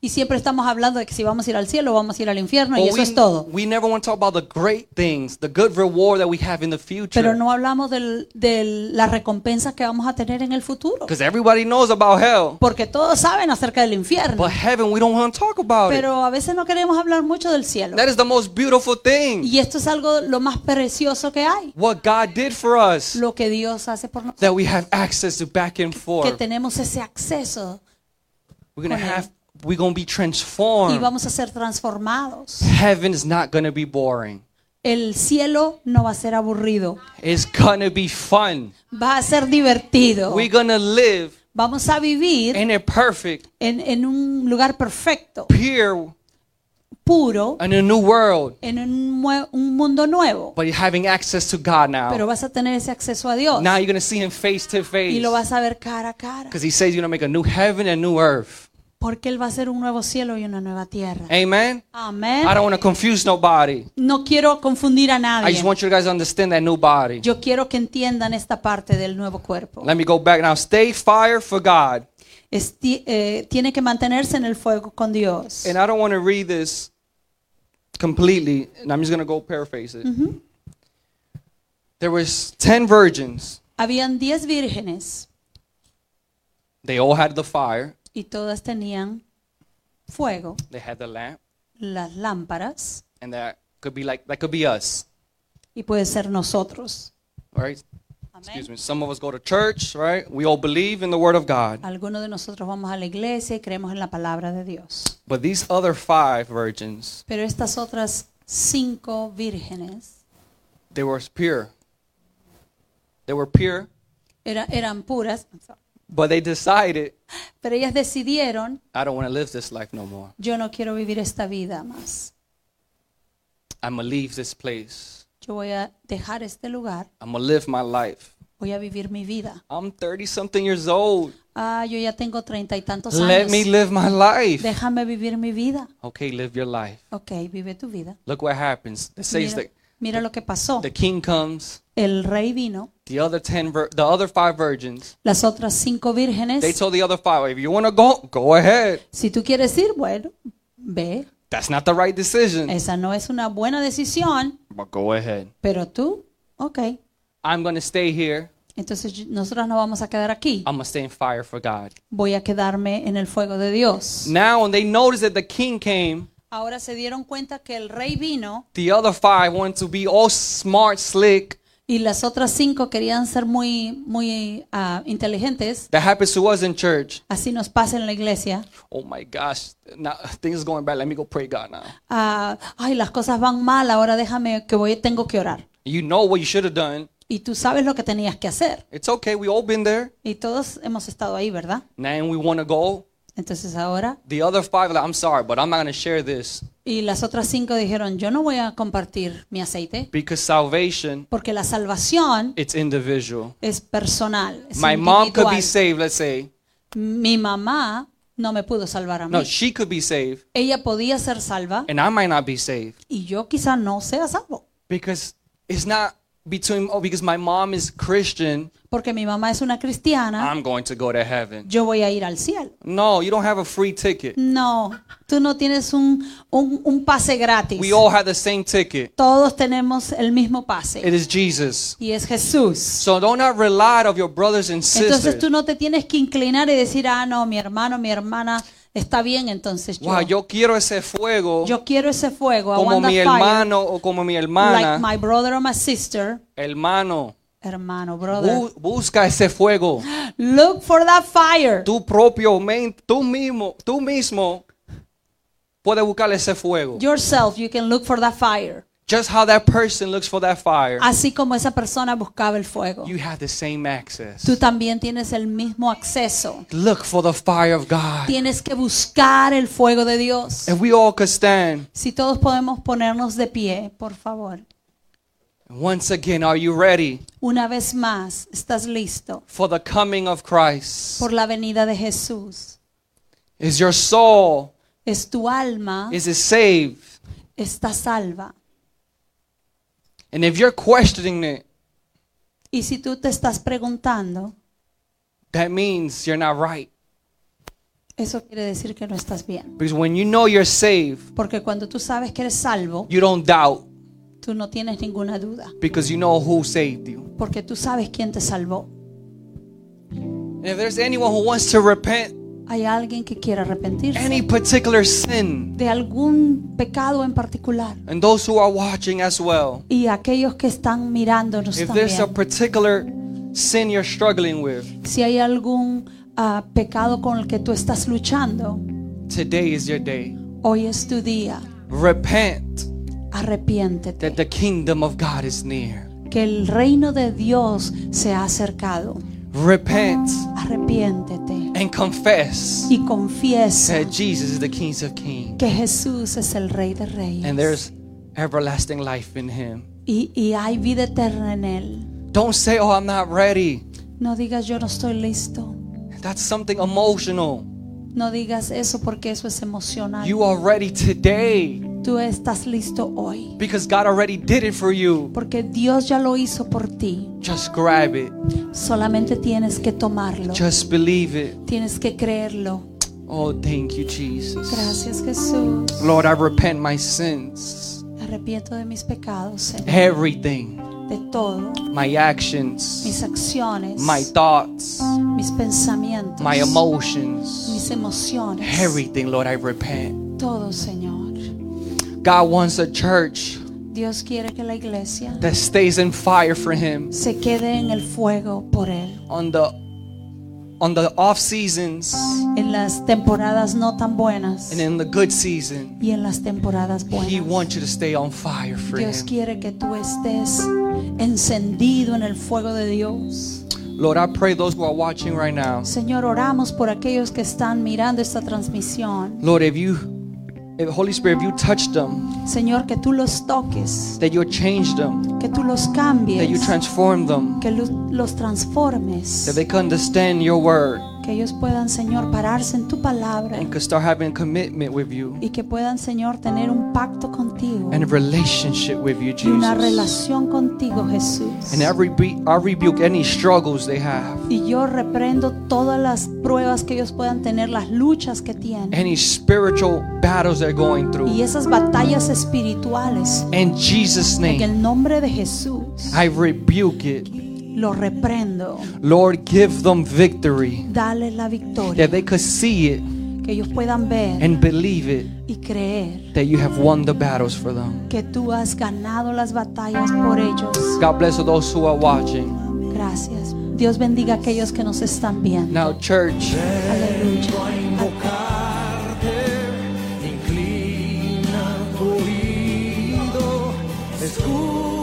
Speaker 2: Y siempre estamos hablando de que si vamos a ir al cielo o vamos a ir al infierno, y
Speaker 1: But
Speaker 2: eso es todo.
Speaker 1: we, we never want to talk about the great things, the good reward that we have in the
Speaker 2: Pero
Speaker 1: future.
Speaker 2: no hablamos del- de las recompensas que vamos a tener en el futuro.
Speaker 1: Because everybody knows about hell.
Speaker 2: Porque todos saben acerca del infierno.
Speaker 1: But heaven, we don't want to talk about it.
Speaker 2: Pero a veces no queremos hablar mucho del cielo.
Speaker 1: That is the most beautiful thing.
Speaker 2: Y esto es algo lo más precioso que hay.
Speaker 1: What God did for us,
Speaker 2: Lo que Dios hace por nosotros.
Speaker 1: that we have access to back and
Speaker 2: Que
Speaker 1: forth.
Speaker 2: tenemos ese acceso
Speaker 1: We're gonna
Speaker 2: con él.
Speaker 1: have. We're gonna be
Speaker 2: y
Speaker 1: transformed.
Speaker 2: vamos a ser transformados.
Speaker 1: Heaven is not gonna be boring.
Speaker 2: El cielo no va a ser aburrido.
Speaker 1: It's gonna be fun.
Speaker 2: Va a ser divertido.
Speaker 1: We're gonna live
Speaker 2: Vamos a vivir
Speaker 1: in a perfect,
Speaker 2: en, en un lugar perfecto,
Speaker 1: pure,
Speaker 2: puro,
Speaker 1: in a new world.
Speaker 2: en un, mue- un mundo nuevo.
Speaker 1: But you're having access to God now.
Speaker 2: Pero vas a tener ese acceso a Dios.
Speaker 1: Now you're gonna see Him face to
Speaker 2: y
Speaker 1: face.
Speaker 2: lo vas a ver cara a cara.
Speaker 1: Because He says you're gonna make a new heaven and new earth.
Speaker 2: Porque Él va a hacer un nuevo cielo y una nueva tierra.
Speaker 1: Amen.
Speaker 2: Amén.
Speaker 1: I don't want to confuse nobody.
Speaker 2: No quiero confundir a
Speaker 1: I just
Speaker 2: nadie.
Speaker 1: want you guys to understand that new body.
Speaker 2: Yo quiero que entiendan esta parte del nuevo cuerpo.
Speaker 1: Let me go back now. Stay fire for God.
Speaker 2: Esti- eh, tiene que mantenerse en el fuego con Dios.
Speaker 1: and I don't want to read this completely, and I'm just going to go paraphrase it. There was 10 virgins.
Speaker 2: Habían diez vírgenes
Speaker 1: They all had the fire.
Speaker 2: y todas tenían fuego,
Speaker 1: They had the lamp,
Speaker 2: las lámparas,
Speaker 1: and that could be like that could be us.
Speaker 2: y puede ser nosotros.
Speaker 1: All right?
Speaker 2: Amén.
Speaker 1: Excuse me. Some of us go to church, right? We all believe in the word of God.
Speaker 2: Algunos de nosotros vamos a la iglesia y creemos en la palabra de Dios.
Speaker 1: But these other 5 virgins,
Speaker 2: Pero estas otras cinco vírgenes
Speaker 1: they were pure. They were pure,
Speaker 2: era- eran puras,
Speaker 1: but they decided,
Speaker 2: pero ellas decidieron,
Speaker 1: I don't want to live this life no more.
Speaker 2: yo no quiero vivir esta vida más.
Speaker 1: I'm going to leave this place.
Speaker 2: Yo voy a dejar este lugar,
Speaker 1: I'm going to live my life.
Speaker 2: voy a vivir mi vida.
Speaker 1: I'm 30 something years old.
Speaker 2: Ah, yo ya tengo treinta y tantos
Speaker 1: Let me
Speaker 2: años.
Speaker 1: live my life.
Speaker 2: Déjame vivir mi vida.
Speaker 1: Okay, live your life.
Speaker 2: Ok, vive tu vida.
Speaker 1: Look what happens. It says
Speaker 2: Mira,
Speaker 1: that
Speaker 2: mira lo que pasó.
Speaker 1: the king comes,
Speaker 2: El rey vino,
Speaker 1: the other 10 vir- the other 5 virgins.
Speaker 2: las otras cinco
Speaker 1: They
Speaker 2: vírgenes,
Speaker 1: told the other 5, "If you want to go, go ahead."
Speaker 2: si tú quieres ir, bueno, ve.
Speaker 1: That's not the right decision,
Speaker 2: Esa no es una buena decisión,
Speaker 1: but go ahead.
Speaker 2: pero tú, ok.
Speaker 1: I'm going to stay here.
Speaker 2: Entonces yo- nosotros no vamos a quedar aquí.
Speaker 1: I'm going to stay in fire for God.
Speaker 2: Voy a quedarme en el fuego de Dios.
Speaker 1: Now, when they noticed that the king came,
Speaker 2: Ahora se dieron cuenta que el rey vino
Speaker 1: the other 5 wanted to be all smart, slick.
Speaker 2: y las otras cinco querían ser muy, muy ah, inteligentes.
Speaker 1: That happens to us in church.
Speaker 2: Así nos pasa en la iglesia.
Speaker 1: Oh my gosh, now things is going bad. Let me go pray God now.
Speaker 2: Ah, Ay, las cosas van mal, ahora déjame que voy, tengo que orar.
Speaker 1: You know what you should have done.
Speaker 2: Y tú sabes lo que tenías que hacer.
Speaker 1: It's okay. We all been there.
Speaker 2: Y todos hemos estado ahí, ¿verdad?
Speaker 1: Now we want to go.
Speaker 2: Entonces ahora,
Speaker 1: The other five, are like, I'm sorry, but I'm not going to share this
Speaker 2: y las otras cinco dijeron, yo no voy a compartir mi aceite,
Speaker 1: because salvation,
Speaker 2: porque la salvación
Speaker 1: it's individual.
Speaker 2: es personal. es
Speaker 1: My mom could be
Speaker 2: individual.
Speaker 1: saved, let's say.
Speaker 2: Mi mamá no me pudo salvar a mí.
Speaker 1: No, she could be saved,
Speaker 2: Ella podía ser salva
Speaker 1: and I might not be saved
Speaker 2: y yo quizá no sea salvo,
Speaker 1: because it's not between oh because my mom is Christian,
Speaker 2: porque mi mamá es una cristiana,
Speaker 1: I'm going to go to heaven.
Speaker 2: yo voy a ir al cielo.
Speaker 1: No, you don't have a free ticket.
Speaker 2: No, tú no tienes un, un, un pase gratis.
Speaker 1: We all have the same ticket.
Speaker 2: Todos tenemos el mismo pase
Speaker 1: It is Jesus.
Speaker 2: y es Jesús.
Speaker 1: So do not rely of your brothers and
Speaker 2: Entonces tú
Speaker 1: sisters.
Speaker 2: no te tienes que inclinar y decir, ah, no, mi hermano, mi hermana está bien, entonces yo,
Speaker 1: Wow, yo quiero ese fuego
Speaker 2: yo quiero ese fuego. I
Speaker 1: como
Speaker 2: want that
Speaker 1: mi
Speaker 2: fire,
Speaker 1: hermano o como mi
Speaker 2: like
Speaker 1: hermana.
Speaker 2: my brother or my sister,
Speaker 1: Hermano,
Speaker 2: hermano, brother.
Speaker 1: bu- busca ese fuego.
Speaker 2: Look for that fire.
Speaker 1: Tú propio, men- tú mismo, tú mismo puedes buscar ese fuego.
Speaker 2: Yourself, you can look for that fire.
Speaker 1: Just how that person looks for that fire,
Speaker 2: Así como esa persona buscaba el fuego.
Speaker 1: you have the same access.
Speaker 2: Tú también tienes el mismo acceso.
Speaker 1: Look for the fire of God.
Speaker 2: Tienes que buscar el fuego de Dios.
Speaker 1: And we all could stand.
Speaker 2: Si todos podemos ponernos de pie, por favor.
Speaker 1: Once again, are you ready
Speaker 2: Una vez más, estás listo
Speaker 1: for the coming of Christ?
Speaker 2: por la venida de Jesús.
Speaker 1: Is your soul
Speaker 2: Es tu alma,
Speaker 1: is it saved?
Speaker 2: está salva.
Speaker 1: And if you're questioning it,
Speaker 2: Y si tú te estás preguntando,
Speaker 1: that means you're not right.
Speaker 2: eso quiere decir que no estás bien.
Speaker 1: Because when you know you're saved,
Speaker 2: Porque cuando tú sabes que eres salvo,
Speaker 1: you don't doubt
Speaker 2: tú no tienes ninguna duda.
Speaker 1: because you know who saved you.
Speaker 2: Porque tú sabes quién te salvó.
Speaker 1: And if there's anyone who wants to repent
Speaker 2: Hay alguien que quiere arrepentirse
Speaker 1: any particular sin,
Speaker 2: de algún pecado en particular.
Speaker 1: and those who are watching as well,
Speaker 2: Y aquellos que están mirándonos
Speaker 1: if
Speaker 2: también.
Speaker 1: there's a particular sin you're struggling with,
Speaker 2: Si hay algún ah, pecado con el que tú estás luchando,
Speaker 1: today is your day.
Speaker 2: hoy es tu día.
Speaker 1: Repent that
Speaker 2: Arrepiéntete.
Speaker 1: the kingdom of God is near.
Speaker 2: Que el reino de Dios se ha acercado.
Speaker 1: Repent
Speaker 2: Arrepiéntete
Speaker 1: and confess
Speaker 2: y confiesa
Speaker 1: that Jesus is the King of Kings
Speaker 2: que Jesús es el Rey de
Speaker 1: and
Speaker 2: Reyes.
Speaker 1: there's everlasting life in Him.
Speaker 2: Y, y hay vida eterna en Él.
Speaker 1: Don't say, Oh, I'm not ready.
Speaker 2: No digas yo no estoy listo.
Speaker 1: That's something emotional.
Speaker 2: No digas eso porque eso es emocional.
Speaker 1: You are ready today
Speaker 2: Tú estás listo hoy.
Speaker 1: because God already did it for you.
Speaker 2: Porque Dios ya lo hizo por ti.
Speaker 1: Just grab it,
Speaker 2: Solamente tienes que tomarlo.
Speaker 1: just believe it.
Speaker 2: Tienes que creerlo.
Speaker 1: Oh, thank you, Jesus.
Speaker 2: Gracias Jesús.
Speaker 1: Lord, I repent my sins,
Speaker 2: Me Arrepiento de mis pecados, Señor.
Speaker 1: everything,
Speaker 2: De todo.
Speaker 1: my actions,
Speaker 2: Mis acciones.
Speaker 1: my thoughts,
Speaker 2: mis pensamientos.
Speaker 1: my emotions,
Speaker 2: mis emociones.
Speaker 1: everything, Lord, I repent.
Speaker 2: Todo, Señor.
Speaker 1: God wants a church
Speaker 2: Dios quiere que la iglesia
Speaker 1: that stays in fire for Him
Speaker 2: se quede en el fuego por Él.
Speaker 1: on the on the off seasons
Speaker 2: En las temporadas no tan buenas.
Speaker 1: and in the good season.
Speaker 2: Y en las temporadas
Speaker 1: He
Speaker 2: buenas.
Speaker 1: wants you to stay on fire for
Speaker 2: Dios
Speaker 1: Him.
Speaker 2: quiere que tú estés encendido en el fuego de Dios.
Speaker 1: Lord, I pray those who are watching right now.
Speaker 2: Señor, oramos por aquellos que están mirando esta transmisión.
Speaker 1: Lord, if you, if Holy Spirit, if you touch them,
Speaker 2: Señor, que tú los toques,
Speaker 1: that you'll change them,
Speaker 2: que tú los
Speaker 1: that you
Speaker 2: cambies,
Speaker 1: transform them,
Speaker 2: que lo- los
Speaker 1: that
Speaker 2: transformes,
Speaker 1: they can understand your word
Speaker 2: que ellos puedan, Señor, pararse en tu palabra
Speaker 1: and can start having commitment with you
Speaker 2: y que puedan, Señor, tener un pacto contigo
Speaker 1: and a relationship with you,
Speaker 2: y una
Speaker 1: Jesus.
Speaker 2: relación contigo, Jesús.
Speaker 1: And I, rebu- I rebuke any struggles they have,
Speaker 2: Y yo reprendo todas las pruebas que ellos puedan tener, las luchas que tienen
Speaker 1: any spiritual battles they're going
Speaker 2: y
Speaker 1: through.
Speaker 2: esas batallas espirituales.
Speaker 1: In Jesus'
Speaker 2: En
Speaker 1: name,
Speaker 2: el nombre de Jesús
Speaker 1: I rebuke it.
Speaker 2: lo reprendo.
Speaker 1: Lord, give them victory,
Speaker 2: Dale la victoria.
Speaker 1: that they could see it
Speaker 2: Que ellos puedan ver
Speaker 1: and believe it.
Speaker 2: y creer
Speaker 1: that you have won the battles for them.
Speaker 2: que tú has ganado las batallas por ellos.
Speaker 1: God bless all those who are watching.
Speaker 2: Gracias. Dios bendiga a aquellos que nos están viendo.
Speaker 1: Now, church,
Speaker 2: Aleluya.
Speaker 3: Inclina tu oído, escucha.